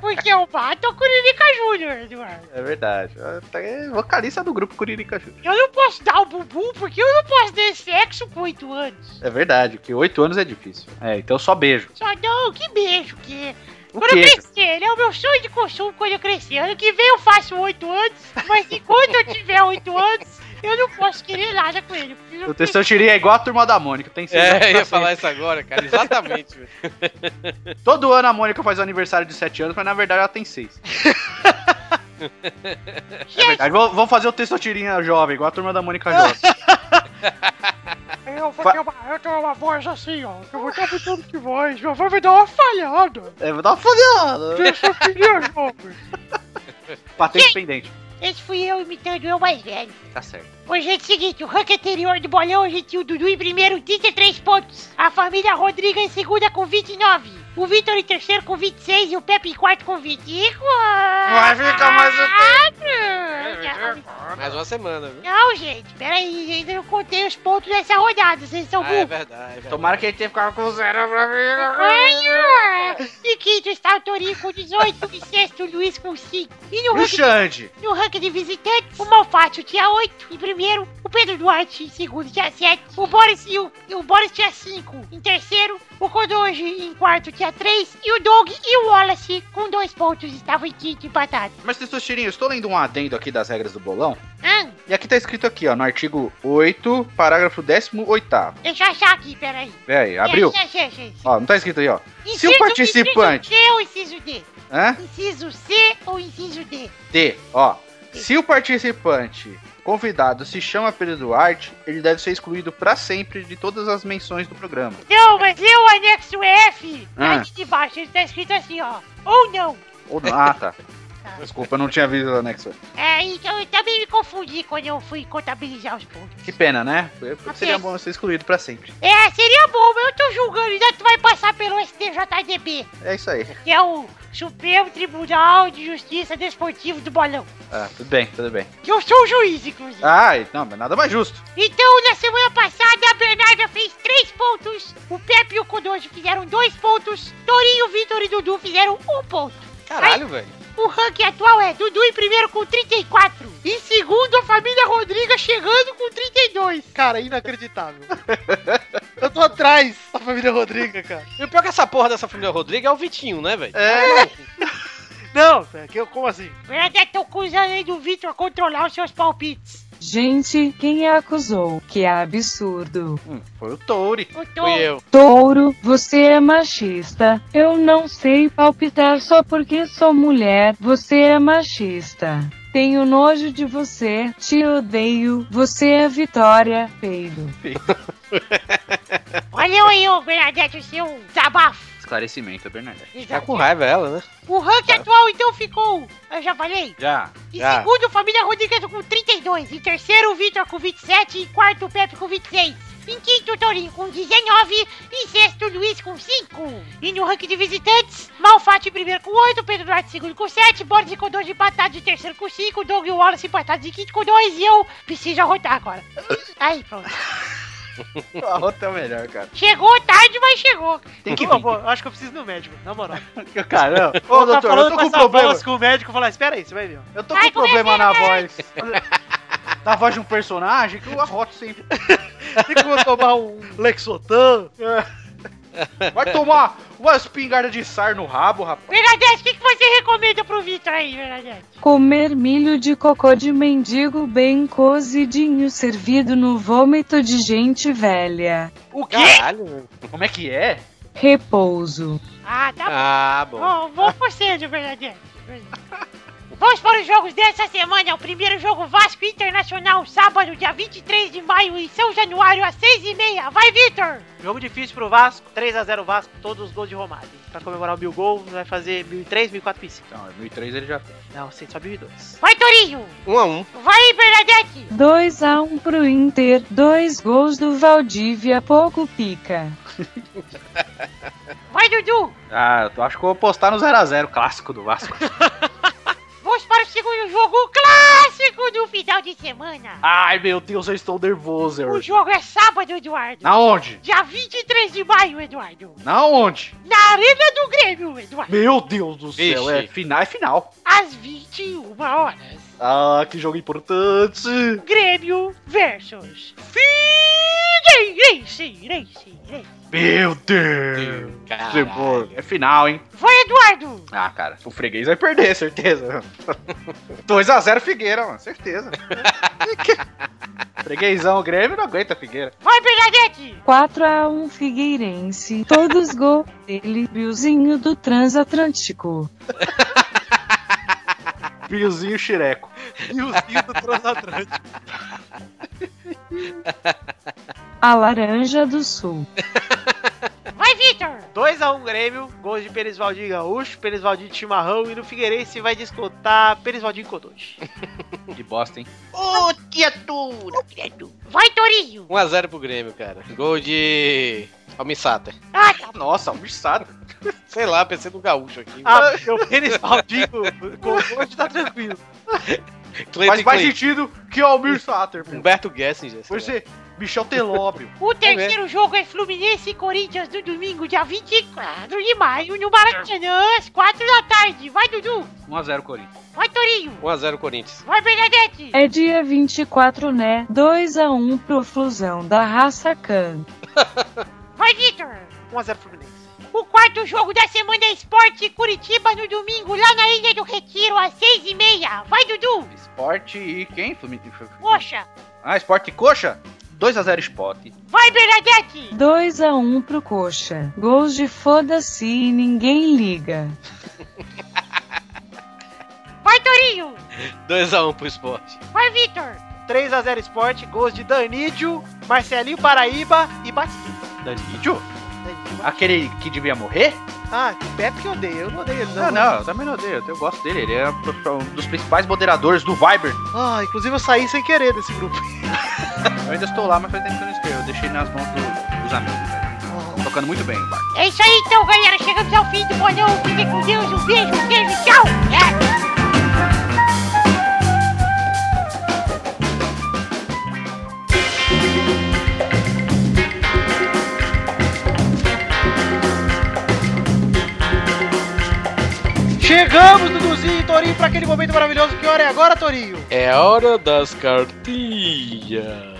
Porque eu bato com o Lirica Júnior, Eduardo. É verdade. É vocalista do grupo Curirica Júnior. Eu não posso dar o bumbum porque eu não posso ter sexo com oito anos. É verdade, que oito anos é difícil. É, então só beijo. Só não, que beijo que é. O Quando eu quê? crescer, né? O meu sonho de consumo quando eu crescer. Ano que vem eu faço oito anos, mas enquanto eu tiver oito anos, eu não posso querer nada com ele. porque eu O Testosterinha é igual a turma da Mônica, tem seis anos pra É, eu ia sempre. falar isso agora, cara. Exatamente, velho. Todo ano a Mônica faz o aniversário de 7 anos, mas na verdade ela tem É 6. é fiquei- Vamos fazer o Testosterinha jovem, igual a turma da Mônica jovem. Eu, vou Fa- ter uma, eu tenho uma voz assim, ó. que Eu vou estar mudando de voz. Meu avô vai dar uma falhada. [LAUGHS] É, vou dar uma fodida. Deixa eu pedir as roupas. Patente pendente. Esse fui eu imitando eu mais velho. Tá certo. Hoje é o seguinte, o ranking anterior do bolão, a gente tinha o Dudu em primeiro, 33 pontos. A família Rodrigo em segunda com 29. O Vitor em terceiro com 26 e o Pepe em quarto com 25. Vai ficar mais um É, tempo. Mais uma semana, viu? É, Não, gente, peraí, ainda não contei os pontos dessa rodada, vocês são Ah, é burros. verdade. É verdade. Tomara que ele tenha ficado com zero. Ai, ó. E quinto está o Torinho com 18, e sexto o Luiz com 5. E no E o ranking, Xande? no ranking de visitantes, o Malfátio tinha 8 em primeiro, o Pedro Duarte em segundo tinha 7, o Boris, e o, e o Boris tinha 5 em terceiro, o Codonji em quarto tinha 3 e o Doug e o Wallace com 2 pontos estavam em quinto empatados. Mas Testosterinha, eu estou lendo um adendo aqui das regras do bolão. Ah, E aqui tá escrito aqui, ó, no artigo 8, parágrafo 18. deixa eu achar aqui, peraí. Vê aí, abriu. Achei, achei, achei. Ó, não tá escrito aí, ó. Se o Inciso- participante. Inciso C ou inciso D? Hã? Inciso C ou inciso D? D, ó. Se o participante convidado se chama Pedro Duarte, ele deve ser excluído pra sempre de todas as menções do programa. Não, mas lê o anexo F. Ah. Aqui de baixo, ele tá escrito assim, ó. Ou não. Ou não. [LAUGHS] Ah, tá. Desculpa, eu não tinha visto o anexo. É, então eu também me confundi quando eu fui contabilizar os pontos. Que pena, né? Porque Seria bom ser excluído pra sempre. É, seria bom, mas eu tô julgando. Ainda tu vai passar pelo STJDB, É isso aí. que é o Supremo Tribunal de Justiça Desportivo do Bolão. Ah, tudo bem, tudo bem. Que eu sou o juiz, inclusive. Ai, Ah, não, mas nada mais justo. Então, na semana passada, a Bernarda fez três pontos, o Pepe e o Codojo fizeram dois pontos, Torinho, Vitor e Dudu fizeram um ponto. Caralho, velho. O ranking atual é Dudu em primeiro com 34. Em segundo, a família Rodrigues chegando com 32. Cara, inacreditável. Eu tô atrás da família Rodriga, cara. E o pior que essa porra dessa família Rodrigues é o Vitinho, né, velho? Não, velho, que eu- como assim? Bernadette, estão acusando aí do Vitor controlar os seus palpites. Gente, quem acusou? Que absurdo. Hum, foi o Touri. O Tom, Fui eu. Touro, você é machista. Eu não sei palpitar só porque sou mulher. Você é machista. Tenho nojo de você. Te odeio. Você é vitória. Peido. olha aí, ô Bernadette, o seu desabafo. Esclarecimento, Bernadette. Tá com raiva ela, né? O ranking atual, então, ficou... Eu já falei? Já. Em Já. segundo, Família Rodrigues com 32. Em terceiro, o Vitor com 27. Em quarto, o Pepe com 26. Em quinto, o Torinho com 19. Em sexto, o Luiz com 5. E no ranking de visitantes, Malfatti em primeiro com 8. Pedro Duarte em segundo com 7. Boris e Codor empatados em terceiro com 5. Doug e Wallace empatados em quinto com 2. E eu preciso arrotar agora. Aí, pronto. A outra é [LAUGHS] o melhor, cara. Chegou tarde, mas chegou. Tem que Pô, vir. pô, eu acho que eu preciso ir no médico, na moral. Caramba. Ô, Tá doutor, eu tô falando com um essa problema. voz com o médico, falar, espera aí, você vai ver. ó. Eu tô Vai, com um problema na começa, voz. [LAUGHS] na voz de um personagem que eu arroto sempre. Tem como eu tomar um Lexotan? Vai tomar uma espingarda de sar no rabo, rapaz. Bernadette, o que, que você recomenda pro Vitor aí, Bernadette? Comer milho de cocô de mendigo bem cozidinho servido no vômito de gente velha. O quê? Caralho, velho. Como é que é? Repouso. Ah, tá Ah, bom. [LAUGHS] bom. Bom, bom conselho, Bernadette. Vamos para os jogos dessa semana. É O primeiro jogo Vasco Internacional, sábado, dia 23 de maio, em São Januário, às 6h30. Vai, Vitor! Jogo difícil pro Vasco, 3x0 Vasco, todos os gols de Romário. Pra comemorar o mil gol, vai fazer 1003, 1004 e 5. Então, 2003 ele já tem. Não, sim, só 1002. Vai, Torinho! 1 a 1 Vai, Bernadette! 2 a 1 pro Inter, dois gols do Valdívia, pouco pica. Vai, Dudu! Ah, eu tô- acho que eu vou postar no 0x0 clássico do Vasco. Vamos para o segundo jogo o clássico do final de semana. [LAUGHS] Ah, Ai, meu Deus, eu estou nervoso. O Erwin. jogo é sábado, Eduardo. Na onde? Dia 23 de maio, Eduardo. Na onde? Na Arena do Grêmio, Eduardo. Meu Deus do céu, Vixe. é final, é final. Às 21 horas. Ah, que jogo importante. Grêmio versus Figueirense. Irense, Irense. Meu Deus. Tipo, é final, hein? Vai, Eduardo. Ah, cara, o freguês vai perder, [LAUGHS] certeza. 2x0 Figueira, mano, [LAUGHS] certeza. Freguesão, Grêmio não aguenta Figueira. Vai, Bernadette. 4 a 1 Figueirense, todos gols dele, Biozinho do Transatlântico. Piozinho Xireco. Riozinho do Transatlântico. A Laranja do Sul. Vai, Vitor. 2x1 Grêmio, gols de Perisvaldi e Gaúcho, Perisvaldi e Chimarrão e no Figueirense vai descontar Perisvaldi e Codouche. De bosta, hein? Ô, criatura, criatura. Vai, Torinho. 1 a 0 pro Grêmio, cara. Gol de Almissata. Ah, tá. Nossa, almoçado. Sei lá, pensei no gaúcho aqui. Ah, meu Perisvaldi e Codouche tá tranquilo. Cleiton Mas faz Cleiton. sentido que o Almir Sater, pô. Humberto Gessinger. sei lá. Você, Michel [LAUGHS] Telóbio. O terceiro jogo é Fluminense e Corinthians no domingo, dia 24 de maio, no Maracanã, às 4 da tarde. Vai, Dudu! 1x0 Corinthians. Vai, é. Torinho! 1 a 0 Corinthians. Vai, Bernadette! É dia 24, né? 2 a 1 pro Flusão da Raça Can. Vai, Vitor! 1x0 Fluminense. O quarto jogo da semana é Esporte Curitiba no domingo, lá na Ilha do Retiro, às 6 e meia. Vai, Dudu! Esporte e quem? Fluminense. Poxa! Ah, Esporte e Coxa? 2x0 Esporte. Vai, Bernadette! 2 a 1 pro Coxa. Gols de foda-se e ninguém liga. Vai, Torinho! 2 a 1 pro esporte. Vai, Vitor! 3x0 Sport, gols de Danídio, Marcelinho Paraíba e Batista. Danídio? Danídio, Batista. Aquele que devia morrer? Ah, o Pepe que eu odeio, eu não odeio ele né? Não, não. não, eu também não odeio. Eu gosto dele. Ele é um dos principais moderadores do Viber. Ah, inclusive eu saí sem querer desse grupo. [LAUGHS] Eu ainda estou lá, mas faz tempo que eu não estou. Eu deixei nas mãos do- dos amigos. Estão tocando muito bem, Bart. É isso aí então, galera. Chegamos ao fim do bolão. Fiquem com Deus. Um beijo, um beijo, tchau! É. Chegamos, Duduzinho e Torinho, pra aquele momento maravilhoso. Que hora é agora, Torinho? É hora das cartinhas.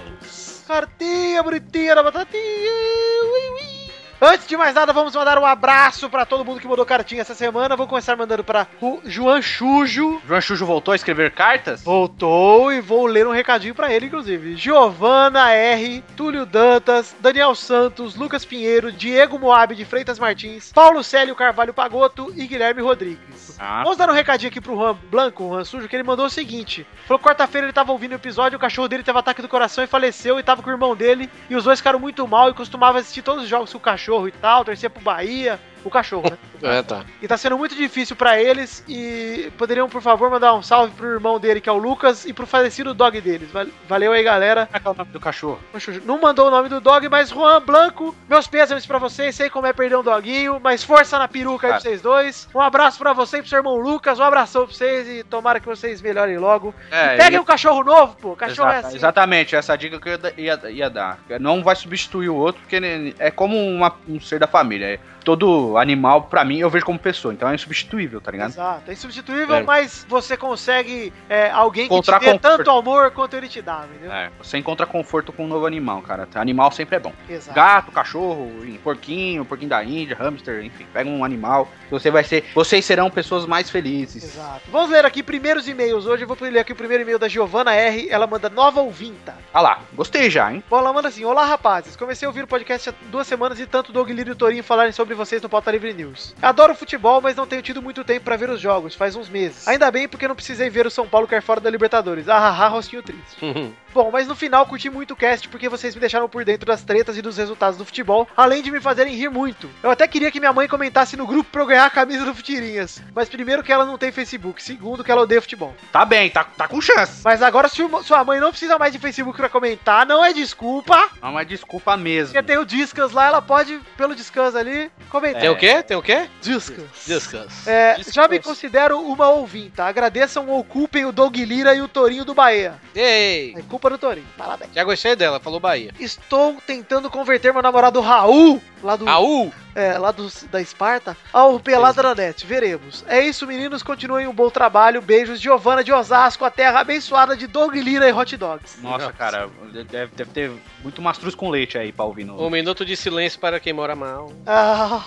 Cartinha bonitinha da batatinha. Ui, ui. Antes de mais nada, vamos mandar um abraço pra todo mundo que mandou cartinha essa semana. Vou começar mandando pra o Juan Chujo. João Chujo voltou a escrever cartas? Voltou e vou ler um recadinho pra ele, inclusive. Giovana R, Túlio Dantas, Daniel Santos, Lucas Pinheiro, Diego Moab de Freitas Martins, Paulo Célio Carvalho Pagoto e Guilherme Rodrigues. Ah, Vamos dar um recadinho aqui pro Juan Blanco, o Juan Sujo, que ele mandou o seguinte: falou que quarta-feira ele tava ouvindo o episódio, o cachorro dele teve ataque do coração e faleceu, e tava com o irmão dele, e os dois ficaram muito mal, e costumava assistir todos os jogos com o cachorro e tal, torcia pro Bahia, o cachorro, né? É, tá. [LAUGHS] E tá sendo muito difícil pra eles, e poderiam, por favor, mandar um salve pro irmão dele, que é o Lucas, e pro falecido dog deles. Val- Valeu aí, galera. como é que é o nome do cachorro? Juan Sujo Não mandou o nome do dog, mas Juan Blanco, meus pêsames pra vocês, sei como é perder um doguinho, mas força na peruca aí pra Cara. vocês dois. Um abraço pra você e pro seu irmão Lucas, um abração pra vocês e tomara que vocês melhorem logo. É, Peguem um cachorro novo, pô, cachorro Exata- é assim. Exatamente, essa dica que eu ia, ia- ia dar. Não vai substituir o outro, porque ele é como uma- um ser da família. Todo animal, pra mim, eu vejo como pessoa, então é insubstituível, tá ligado? Exato, é insubstituível, É. mas você consegue é, alguém que te Encontrar dê conforto. tanto amor quanto ele te dá, entendeu? É, você encontra conforto com um novo animal, cara. Animal sempre é bom. Exato. Gato, cachorro, porquinho, porquinho da Índia, hamster, enfim, pega um animal. Você vai ser. Vocês serão pessoas mais felizes. Exato. Vamos ler aqui primeiros e-mails hoje. Eu vou ler aqui o primeiro e-mail da Giovana R. Ela manda nova ouvinta. Ah lá, gostei já, hein? Bom, ela manda assim: Olá, rapazes. Comecei a ouvir o podcast há duas semanas e tanto o Doug Lira e o Torinho falarem sobre vocês no Pauta Livre News. Adoro futebol, mas não tenho tido muito tempo pra ver os jogos, faz uns meses. Ainda bem porque não precisei ver o São Paulo cair fora da Libertadores. Ahaha, rostinho triste. Bom, mas no final curti muito o cast porque vocês me deixaram por dentro das tretas e dos resultados do futebol, além de me fazerem rir muito. Eu até queria que minha mãe comentasse no grupo pra eu ganhar a camisa do Futirinhas, mas primeiro que ela não tem Facebook, segundo que ela odeia futebol. Tá bem, tá, tá com chance. Mas agora se uma- sua mãe não precisa mais de Facebook pra comentar, não é desculpa. Não, mas desculpa mesmo. Porque tem o Discas lá, ela pode, pelo Discas ali, comentar. Tem o quê? Tem o quê? Discas. Descanso. É, já me considero uma ouvinta. Agradeçam ou culpem o Doug Lira e o Torinho do Bahia. Ei, É culpa do Torinho. Parabéns. já gostei dela, falou Bahia. Estou tentando converter meu namorado Raul, lá do Raul! é, lá do, da Esparta, ao Peladranet. Veremos. É isso, meninos. Continuem um bom trabalho. Beijos, Giovana de Osasco, a terra abençoada de Doug Lira e Hot Dogs. Nossa, cara, deve, deve ter muito mastruz com leite aí pra ouvir no. Um minuto de silêncio para quem mora mal. Ah,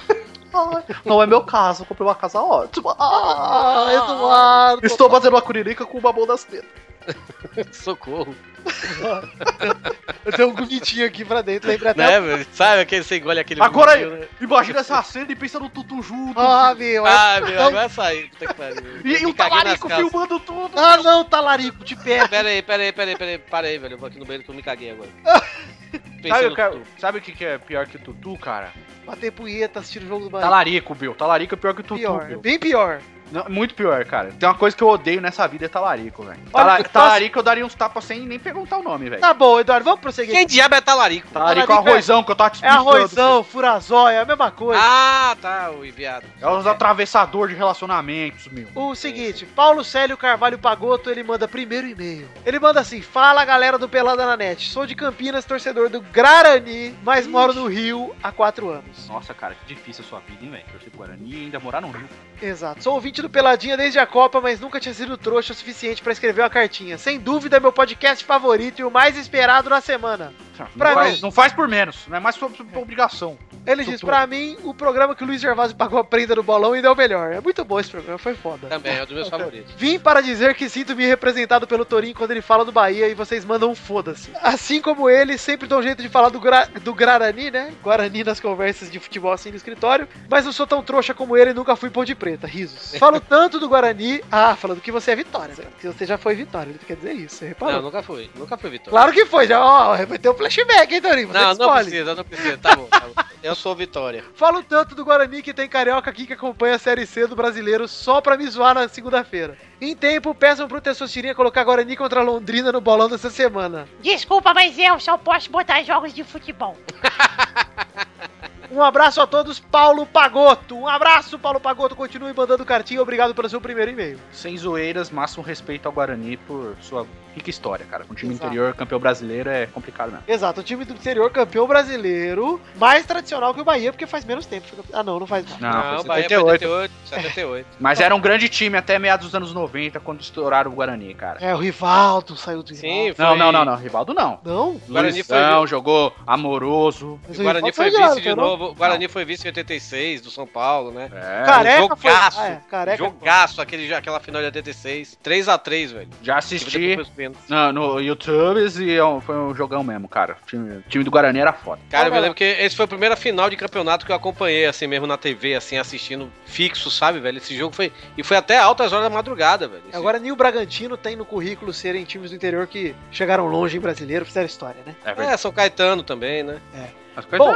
Não é meu caso, eu comprei uma casa ótima. Ah, Eduardo. Estou fazendo uma curirica com o babão das tetas. [LAUGHS] Socorro. Eu tenho um bonitinho aqui pra dentro, lembra até. [LAUGHS] Né, velho? Sabe aquele você engole aquele. Agora bonitinho, né? Imagina essa cena e pensa no tutu junto. Ah, meu. é- Ah, meu, agora sai. Puta que pariu. então- [LAUGHS] e, e o Me caguei nas talarico calças. filmando tudo. Ah, não, talarico, de pé. Pera aí, pera aí, pera aí, pera aí. Para aí, velho. Eu vou aqui no banheiro que eu me caguei agora. [LAUGHS] Sabe, Pensando o cara- no tu. sabe o que que é pior que o tutu, cara? Bater punheta, assistir o jogo Tá do Bahia. Talarico, Bill. Talarico é pior que o tutu, Pior, é Bill. bem pior. Não, muito pior, cara. Tem uma coisa que eu odeio nessa vida é talarico, velho. Olha, Tala- posso- Talarico eu daria uns tapas sem nem perguntar o nome, velho. Tá bom, Eduardo, vamos prosseguir. Quem diabo é talarico? Talarico é talarico arrozão que eu tava te É arrozão, furazóia, é a mesma coisa. Ah, tá, o enviado. É uns atravessador de relacionamentos, meu. O seguinte, Paulo Célio Carvalho Pagoto, ele manda primeiro e-mail. Ele manda assim: Fala galera do Pelada na Net, sou de Campinas, torcedor do Guarani, mas moro no Rio há quatro anos. Nossa, cara, que difícil a sua vida, hein, velho? Torcer pro Guarani e ainda morar no Rio. Exato. Sou ouvinte do Peladinha desde a Copa, mas nunca tinha sido trouxa o suficiente pra escrever uma cartinha. Sem dúvida, é meu podcast favorito e o mais esperado na semana. Pra não, faz, mim- não faz por menos, não é mais sua, sua obrigação. Ele diz: Pra mim, o programa que o Luiz Gervásio pagou a prenda do bolão ainda é o melhor. É muito bom esse programa, foi foda. Também, é um dos meus [LAUGHS] favoritos. Vim para dizer que sinto-me representado pelo Torinho quando ele fala do Bahia e vocês mandam um foda-se. Assim como ele, sempre dou um jeito de falar do, Gra do Guarani, né? Guarani nas conversas de futebol assim no escritório. Mas não sou tão trouxa como ele e nunca fui pão de preta. [LAUGHS] Risos. Falo tanto do Guarani. Ah, falando que você é vitória. né? Que você já foi vitória. Ele quer dizer isso, você reparou? Não, nunca fui. Nunca fui, Vitória. Claro que foi, já, ó, vai ter um flashback, hein, Torinho? Você Não, é que não escolhe. precisa, não precisa. Tá bom. [LAUGHS] tá bom. Eu sou Vitória. Falo tanto do Guarani que tem carioca aqui que acompanha a Série C do brasileiro só pra me zoar na segunda-feira. Em tempo, peçam pro Testosterinha colocar Guarani contra Londrina no bolão dessa semana. Desculpa, mas eu só posso botar jogos de futebol. Um abraço a todos, Paulo Pagoto. Um abraço, Paulo Pagoto. Continue mandando cartinha. Obrigado pelo seu primeiro e-mail. Sem zoeiras, máximo respeito ao Guarani por sua rica história, cara. Um time Exato. interior, campeão brasileiro, é complicado mesmo. Exato, o time do interior campeão brasileiro, mais tradicional que o Bahia, porque faz menos tempo. Ah, não, não faz mais. Não, é, foi Bahia é 78. 78, 78. Mas era um grande time até meados dos anos 90, quando estouraram o Guarani, cara. É, o Rivaldo saiu do Sim, foi. Não, não, não, não. Rivaldo não. Não? Guarani Luizão jogou amoroso. Mas O Guarani Rivaldo foi saiu de lá, vice de não foi, né? não? novo. O Guarani foi vice em 86 do São Paulo, né? É, Careca foi. Jogaço. Ah, é, careca. Jogaço aquele, aquela final de 86. 3x3, velho. já Tive assisti depois os pênaltis. na- no YouTube e é um- foi um jogão mesmo, cara. O time, o time do Guarani era foda. Cara, eu me lembro que esse foi a primeira final de campeonato que eu acompanhei, assim, mesmo na TV, assim, assistindo fixo, sabe, velho? Esse jogo foi. E foi até altas horas da madrugada, velho. Esse- Agora, nem o Bragantino tem no currículo serem times do interior que chegaram longe em brasileiro, fizeram história, né? É verdade. É, São Caetano também, né? As coisas- Bom,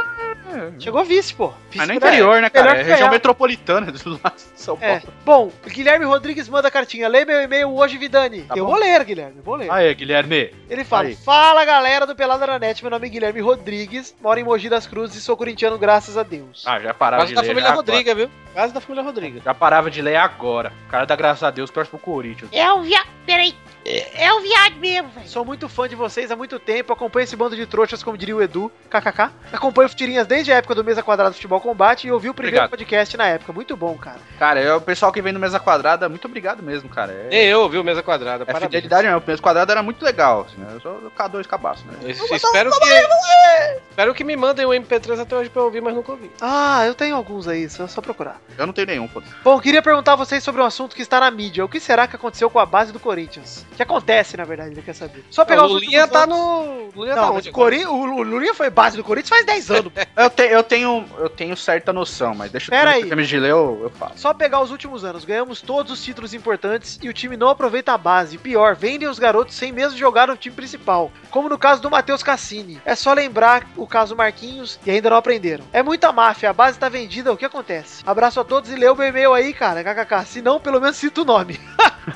Chegou vice, pô. Vice Mas no pra- interior, né, Melhor cara? que É região ganhar. metropolitana do [LAUGHS] lado de São É. Paulo. Bom, Guilherme Rodrigues manda a cartinha. Lê meu e-mail hoje, Vidani. Tá Eu bom. vou ler, Guilherme, vou ler. Aê, Guilherme. Ele fala: aí. Fala galera do Pelada na Net, meu nome é Guilherme Rodrigues, moro em Mogi das Cruzes e sou corintiano, graças a Deus. Ah, já parava Quase de da ler. família agora. Rodriga, viu? Quase da família Rodriga. Já parava de ler agora. O cara dá graças a Deus, torce pro Corinthians. É um viado. Peraí. É um viado mesmo, velho. Sou muito fã de vocês há muito tempo, acompanho esse bando de trouxas, como diria o Edu, kkk. Acompanho Futirinhas desde a época do Mesa Quadrada Futebol Combate e ouvi o primeiro Obrigado. podcast na época. Muito bom, cara. Cara, é o pessoal que vem no Mesa Quadrada, muito obrigado mesmo, cara. É, Nem eu, viu? Mesa quadrada. é parabéns. fidelidade mesmo. O Mesa Quadrada era muito legal. Assim, né? Eu sou o K2 cabaço, né? Eu espero que. Espero que me mandem o MP3 até hoje pra eu ouvir, mas nunca ouvi. Ah, eu tenho alguns aí, só, só procurar. Eu não tenho nenhum, foda Bom, queria perguntar a vocês sobre um assunto que está na mídia. O que será que aconteceu com a base do Corinthians? Que acontece, na verdade, ele quer saber. Só pegar O os Lulinha últimos tá anos- no. Lulinha tá Não, onde? o, Cori... o Lu- o Lulinha foi base do Corinthians faz 10 [LAUGHS] anos. Eu, te- eu tenho, eu tenho certa noção, mas deixa Pera eu aí. se me de ler, eu, eu falo. Só pegar os últimos anos, ganhamos todos os títulos importantes e o time não aproveita a base. Pior, vendem os garotos sem mesmo jogar no time principal, como no caso do Matheus Cassini. É só lembrar o caso Marquinhos e ainda não aprenderam. É muita máfia, a base tá vendida, o que acontece? Abraço a todos e lê o meu e-mail aí, cara, kkk. Se não, pelo menos cita o nome. [LAUGHS]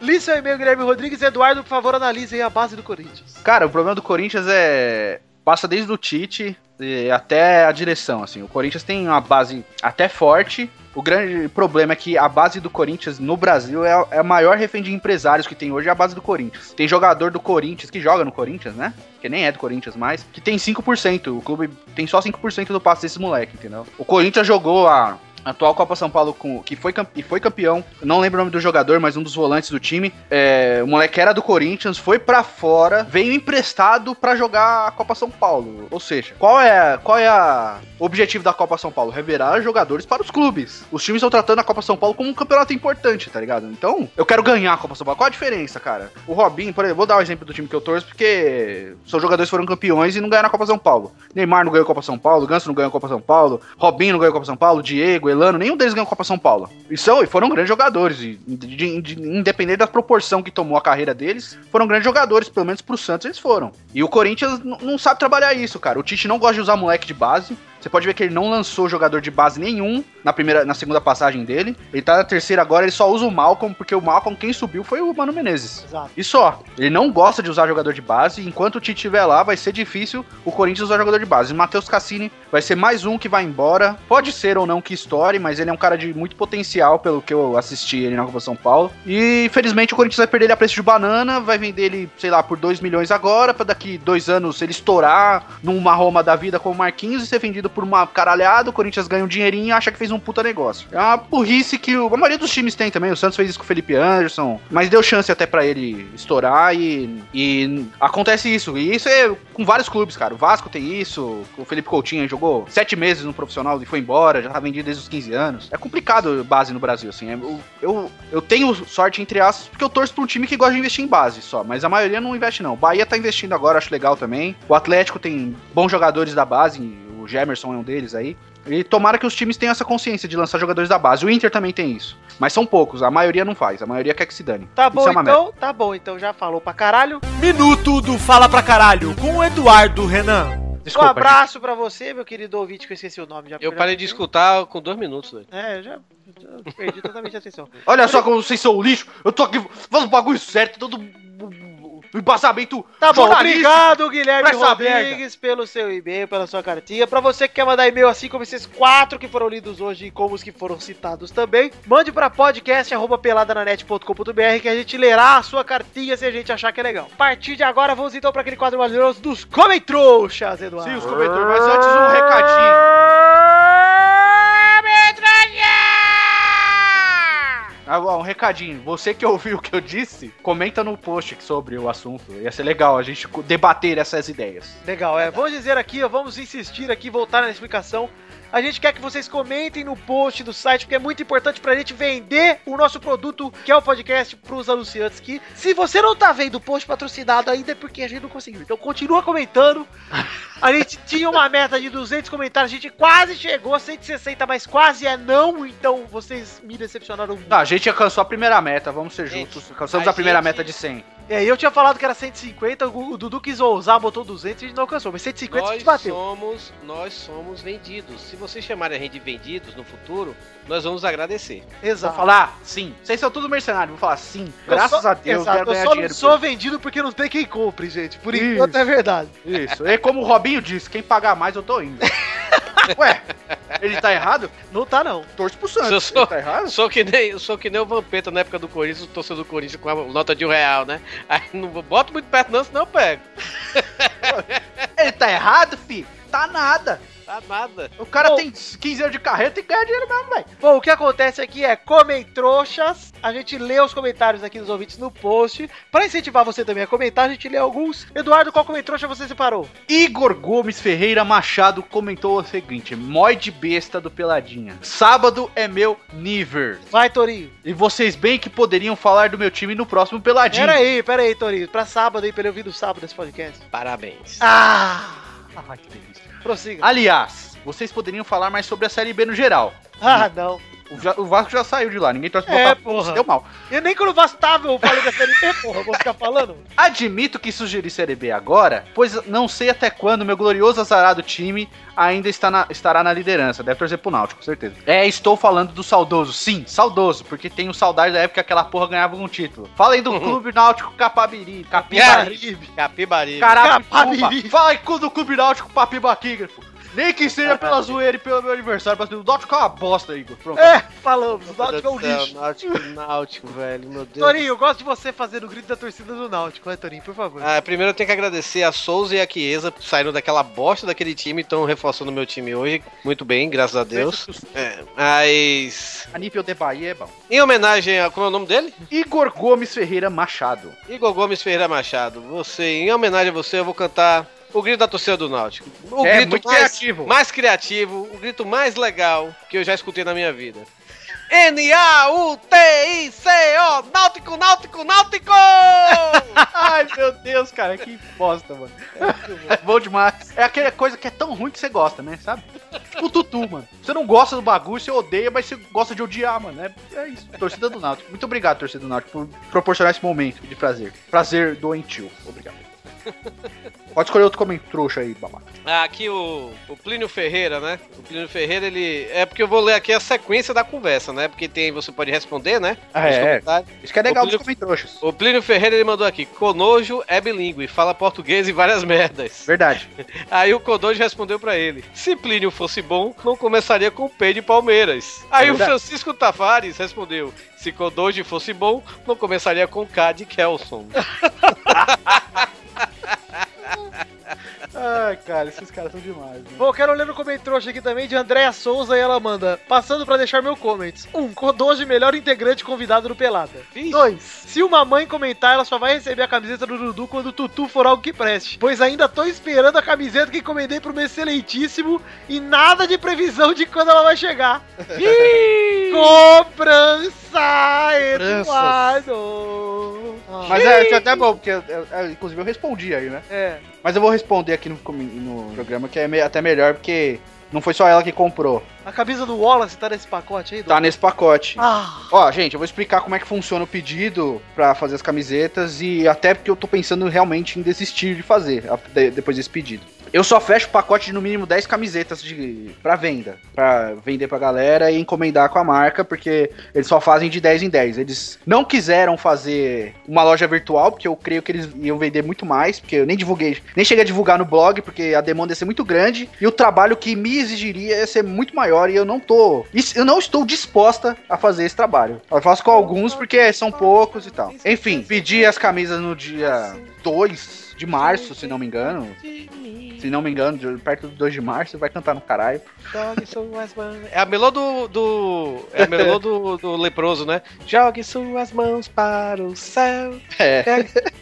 Li seu e-mail, Guilherme Rodrigues. Eduardo, por favor, analise aí a base do Corinthians. Cara, o problema do Corinthians é. Passa desde o Tite eh, até a direção, assim. O Corinthians tem uma base até forte. O grande problema é que a base do Corinthians no Brasil é a, é a maior refém de empresários que tem hoje é a base do Corinthians. Tem jogador do Corinthians que joga no Corinthians, né? Que nem é do Corinthians mais, que tem 5%. O clube tem só 5% do passe desse moleque, entendeu? O Corinthians jogou a atual Copa São Paulo com, que foi, cam- e foi campeão. Eu Não lembro o nome do jogador, mas um dos volantes do time. É, o moleque era do Corinthians, foi pra fora, veio emprestado pra jogar a Copa São Paulo. Ou seja, qual é qual é a- o objetivo da Copa São Paulo? Reverar jogadores para os clubes. Os times estão tratando a Copa São Paulo como um campeonato importante, tá ligado? Então, eu quero ganhar a Copa São Paulo. Qual a diferença, cara? O Robinho, por exemplo, vou dar o exemplo do time que eu torço, porque seus jogadores foram campeões e não ganharam a Copa São Paulo. Neymar não ganhou a Copa São Paulo, Ganso não ganhou a Copa São Paulo, Robinho não ganhou a Copa São Paulo, Diego, Elano, nenhum deles ganhou a Copa São Paulo. E são e foram grandes jogadores, e de- de- de- independente da proporção que tomou a carreira deles, foram grandes jogadores, pelo menos pro Santos eles foram. E o Corinthians n- não sabe trabalhar isso, cara. O Tite não gosta de usar moleque de base. Você pode ver que ele não lançou jogador de base nenhum na primeira, na segunda passagem dele. Ele tá na terceira agora, ele só usa o Malcolm, porque o Malcolm quem subiu foi o Mano Menezes. Exato. E só. Ele não gosta de usar jogador de base. Enquanto o Tite estiver lá, vai ser difícil o Corinthians usar jogador de base. O Matheus Cassini vai ser mais um que vai embora. Pode ser ou não que estoure, mas ele é um cara de muito potencial, pelo que eu assisti ele na Copa São Paulo. E infelizmente o Corinthians vai perder ele a preço de banana, vai vender ele, sei lá, por 2 milhões agora, pra daqui dois anos ele estourar numa Roma da vida com o Marquinhos e ser vendido por uma caralhada. O Corinthians ganha um dinheirinho e acha que fez um puta negócio. É uma burrice que o- a maioria dos times tem também. O Santos fez isso com o Felipe Anderson, mas deu chance até pra ele estourar e, e acontece isso. E isso é com vários clubes, cara. O Vasco tem isso, o Felipe Coutinho jogou sete meses no profissional e foi embora, já tá vendido desde os 15 anos. É complicado base no Brasil, assim. É- eu, eu, eu tenho sorte, entre aspas, porque eu torço pra um time que gosta de investir em base só, mas a maioria não investe, não. O Bahia tá investindo agora, acho legal também. O Atlético tem bons jogadores da base, o Gemerson é um deles aí. E tomara que os times tenham essa consciência de lançar jogadores da base. O Inter também tem isso. Mas são poucos, a maioria não faz, a maioria quer que se dane. Tá Isso bom é uma então, tá bom então, já falou pra caralho. Minuto do Fala Pra Caralho com o Eduardo Renan. um abraço pra você, meu querido ouvinte, que eu esqueci o nome já. Eu parei de escutar com dois minutos, velho. É, eu já, já perdi totalmente a [LAUGHS] atenção. Olha só como vocês são um lixo. Eu tô aqui falando o bagulho certo, todo o embasamento. Tá bom, jornalístico. obrigado Guilherme Pra essa Rodrigues pelo seu e-mail, pela sua cartinha. Pra você que quer mandar e-mail assim como esses quatro que foram lidos hoje e como os que foram citados também, mande pra podcast@peladananet.com.br que a gente lerá a sua cartinha se a gente achar que é legal. A partir de agora vamos então pra aquele quadro maravilhoso dos Comentrouxas, Eduardo. Sim, os comentadores, mas antes um recadinho. Ah, Agora, um recadinho. Você que ouviu o que eu disse, comenta no post sobre o assunto. Ia ser legal a gente co- debater essas ideias. Legal, é. Vamos dizer aqui, ó, vamos insistir aqui, voltar na explicação. A gente quer que vocês comentem no post do site, porque é muito importante pra gente vender o nosso produto, que é o podcast, pros anunciantes que, se você não tá vendo o post patrocinado ainda, é porque a gente não conseguiu. Então continua comentando. A [LAUGHS] gente tinha uma meta de 200 comentários, a gente quase chegou, 160, mas quase é não, então vocês me decepcionaram muito. Não, Tá, Tá. a gente alcançou a primeira meta, vamos ser Gente, juntos. Alcançamos a a, primeira gente- meta de 100. É, eu tinha falado que era 150, o Dudu quis ousar, botou 200 e a gente não alcançou, mas 150 a Nós gente bateu. somos, nós somos vendidos. Se vocês chamarem a gente de vendidos no futuro, nós vamos agradecer. Vou Exato. falar sim. Vocês são todos mercenários, vou falar sim. Graças a Deus, Exato, quero eu ganhar só dinheiro. não sou vendido porque não tem quem compre, gente. Por Isso. enquanto é [LAUGHS] verdade. Isso. E como o Robinho disse, quem pagar mais eu tô indo. Ué, ele tá errado? Não tá, não. [LAUGHS] Torço pro Santos. Eu sou- Ele tá errado? Sou que nem, eu sou que nem o Vampeta na época do Corinthians, o torcedor do Corinthians com a nota de um real, né? Aí não vou- boto muito perto não, senão eu pego. Ele tá errado, fi? Tá nada. Tá nada. O cara Bom. tem 15 anos de carreira, tem que ganhar dinheiro mesmo, velho. Bom, o que acontece aqui é comem trouxas. A gente lê os comentários aqui dos ouvintes no post. Pra incentivar você também a comentar, a gente lê alguns. Eduardo, qual comem trouxa você separou? Igor Gomes Ferreira Machado comentou o seguinte: Mói de besta do Peladinha. Sábado é meu nível. Vai, Torinho. E vocês bem que poderiam falar do meu time no próximo Peladinho. Pera aí, pera aí, Torinho. Pra sábado aí, pra ele ouvir do sábado esse podcast. Parabéns. Ah! Ah, que delícia. Prossiga. Aliás, vocês poderiam falar mais sobre a Série B no geral. Ah, não. O, ja- o Vasco já saiu de lá, ninguém trouxe É, Botafogo, porra. se deu mal. Eu nem quando o Vasco tava, eu falei da série B, porra. Eu vou ficar falando. Admito que sugeri Série B agora, pois não sei até quando meu glorioso azarado time ainda está na- estará na liderança. Deve torcer pro Náutico, com certeza. É, estou falando do saudoso. Sim, saudoso, porque tenho saudade da época que aquela porra ganhava um título. Fala aí Uhum. do Clube Náutico Capabiri, Capibari, Capibari. Carapicuba. Fala aí do Clube Náutico Papibaquigra, pô. Nem que seja pela zoeira e pelo meu aniversário, mas o Náutico é uma bosta, Igor. Pronto. É, [LAUGHS] falamos. O Náutico Náutico é um lixo. Náutico, Náutico, velho. Meu Deus. Torinho, eu gosto de você fazendo o grito da torcida do Náutico, né, Torinho? Por favor. Ah, primeiro eu tenho que agradecer a Souza e a Chiesa que saíram daquela bosta daquele time, estão reforçando o meu time hoje. Muito bem, graças [LAUGHS] a Deus. É, mas. A nível de Bahia é bom. Em homenagem a. Como é o nome dele? Igor Gomes Ferreira Machado. Igor Gomes Ferreira Machado. Você, em homenagem a você, eu vou cantar o grito da torcida do Náutico. O É, grito muito mais, criativo. mais criativo, o grito mais legal que eu já escutei na minha vida. N-A-U-T-I-C-O! Náutico, Náutico, Náutico! [LAUGHS] Ai, meu Deus, cara, que bosta, mano. É bom demais. É aquela coisa que é tão ruim que você gosta, né? Sabe? Tipo o Tutu, mano. Você não gosta do bagulho, você odeia, mas você gosta de odiar, mano. É, é isso. Torcida do Náutico. Muito obrigado, torcida do Náutico, por proporcionar esse momento de prazer. Prazer doentio. Obrigado. Pode escolher outro comentário trouxa aí, babaca. [LAUGHS] Ah, aqui o, o Plínio Ferreira, né? O Plínio Ferreira, ele. É porque eu vou ler aqui a sequência da conversa, né? Porque tem. Você pode responder, né? Ah, Os é, é. comentários. Isso que é legal Ô, dos Plínio- comentários trouxas. O Plínio Ferreira ele mandou aqui: Conojo é bilíngue, fala português e várias merdas. Verdade. Aí o Codojo respondeu pra ele: Se Plínio fosse bom, não começaria com o P de Palmeiras. Aí o Verdade. Francisco Tavares respondeu: Se Codojo fosse bom, não começaria com K de Kelson. Ai, cara, esses caras são demais, mano. Bom, quero ler no comentrouxa aqui também de Andréa Souza e ela manda: Passando pra deixar meu comment. 1. Um, Kodoji, melhor integrante convidado do Pelada. Vixe. 2. Se uma mãe comentar, ela só vai receber a camiseta do Dudu quando o Tutu for algo que preste. Pois ainda tô esperando a camiseta que encomendei pro meu excelentíssimo e nada de previsão de quando ela vai chegar. Ih, Cobrança, Eduardo! Mas é, isso é até bom, porque eu- eu- eu- inclusive eu respondi aí, né? É. Mas eu vou responder aqui no, comi- no programa, que é me- até melhor, porque não foi só ela que comprou. A camisa do Wallace tá nesse pacote aí, Dudu? Tá nesse pacote. Ah, Ó, gente, eu vou explicar como é que funciona o pedido pra fazer as camisetas e até porque eu tô pensando realmente em desistir de fazer a- de- depois desse pedido. Eu só fecho o pacote de no mínimo 10 camisetas de para venda, pra vender pra galera e encomendar com a marca, porque eles só fazem de 10 em 10. Eles não quiseram fazer uma loja virtual, porque eu creio que eles iam vender muito mais, porque eu nem divulguei, nem cheguei a divulgar no blog, porque a demanda ia ser muito grande e o trabalho que me exigiria ia ser muito maior e eu não tô, isso- eu não estou disposta a fazer esse trabalho. Eu faço com alguns porque são poucos e tal. Enfim, pedi as camisas no dia 2 de março, se não me engano. Se não me engano, de- perto do 2 de março, vai cantar no caralho. Jogue suas mãos. [LAUGHS] É a melô do. do é a melô do, do leproso, né? Jogue suas mãos para o céu. É. [LAUGHS]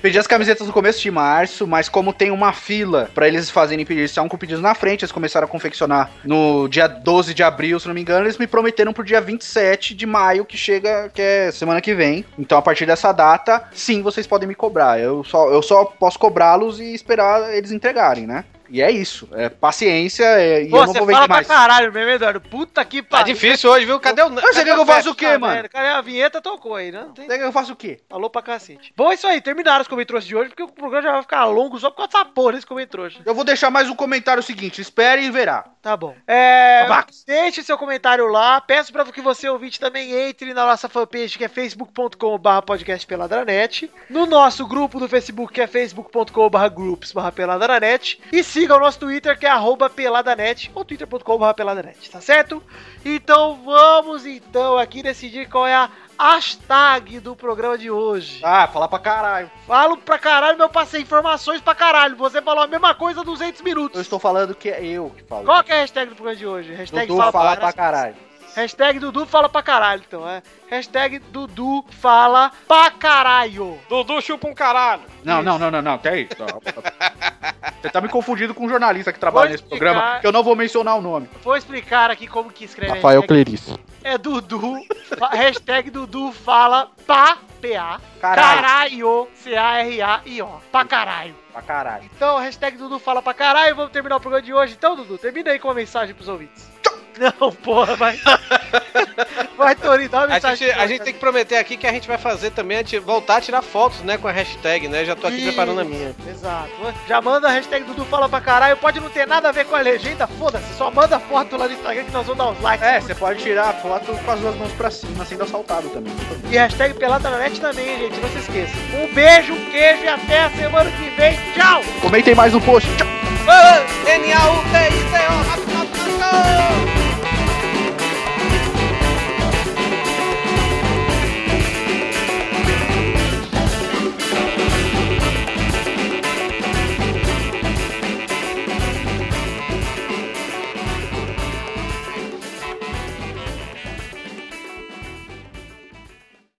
Pedi as camisetas no começo de março, mas como tem uma fila pra eles fazerem pedir, são com pedidos na frente, eles começaram a confeccionar no dia 12 de abril, se não me engano, eles me prometeram pro dia 27 de maio, que chega, que é semana que vem. Então, a partir dessa data, sim, vocês podem me cobrar. Eu só, eu só posso cobrá-los e esperar eles entregarem, né? E é isso. É paciência é, e Pô, eu não você vou fala vender pra mais. caralho mesmo, Eduardo. Puta que Tá pariu. difícil hoje, viu? Cadê o. Mas você cadê quer que eu faça o quê, Tá, mano? velho, Cara, a vinheta tocou aí, né? Não tem... Você quer que eu faça o quê? Alô pra cacete. Bom, é isso aí. Terminaram os comentários de hoje, porque o programa já vai ficar longo só por causa dessa porra desse comentário. Eu vou deixar mais um comentário seguinte. Espere e verá. Tá bom. É. Babacas. Deixe seu comentário lá. Peço pra que você, ouvinte, também entre na nossa fanpage, que é facebook.com.br podcastpeladranet. No nosso grupo do Facebook, que é facebook.com.br groups peladranet. E siga o nosso Twitter, que é arroba peladanet, ou twitter.com.br peladanet, tá certo? Então vamos, então, aqui decidir qual é a hashtag do programa de hoje. Ah, falar pra caralho. Falo pra caralho, mas eu passei informações pra caralho. Você falou a mesma coisa 200 minutos. Eu estou falando que é eu que falo. Qual que é a hashtag do programa de hoje? Hashtag Dudu falar pra caralho. Hashtag Dudu fala pra caralho, então, é. Hashtag Dudu fala pra caralho. Dudu chupa um caralho. Não, não, não, não, não, até aí. Tá. [LAUGHS] Você tá me confundindo com um jornalista que trabalha Vou nesse explicar. programa, que eu não vou mencionar o nome. Vou explicar aqui como que escreve a é Rafael hashtag. Clerice. É Dudu. fa- [LAUGHS] hashtag Dudu fala pa, P-A. Caralho. Caralho. C-A-R-A-I-O. Pra caralho. Pra caralho. Então, hashtag Dudu fala pra caralho. Vamos terminar o programa de hoje. Então, Dudu, termina aí com uma mensagem pros ouvintes. Não, porra, [LAUGHS] vai. vai, Tori, dá uma A mensagem. gente, a gente tem que prometer aqui que a gente vai fazer também, a gente voltar a tirar fotos, né, com a hashtag, né? Já tô aqui Ih. preparando a minha. Exato. Já manda a hashtag Dudu fala pra caralho. Pode não ter nada a ver com a legenda, foda-se. Só manda foto lá no Instagram que nós vamos dar uns likes. É, você pode tirar a foto com as duas mãos pra cima, sendo assaltado também. E hashtag pelada na net também, hein, gente. Não se esqueça. Um beijo, um queijo e até a semana que vem. Tchau! Comentem mais no post. Tchau. n a u t i c o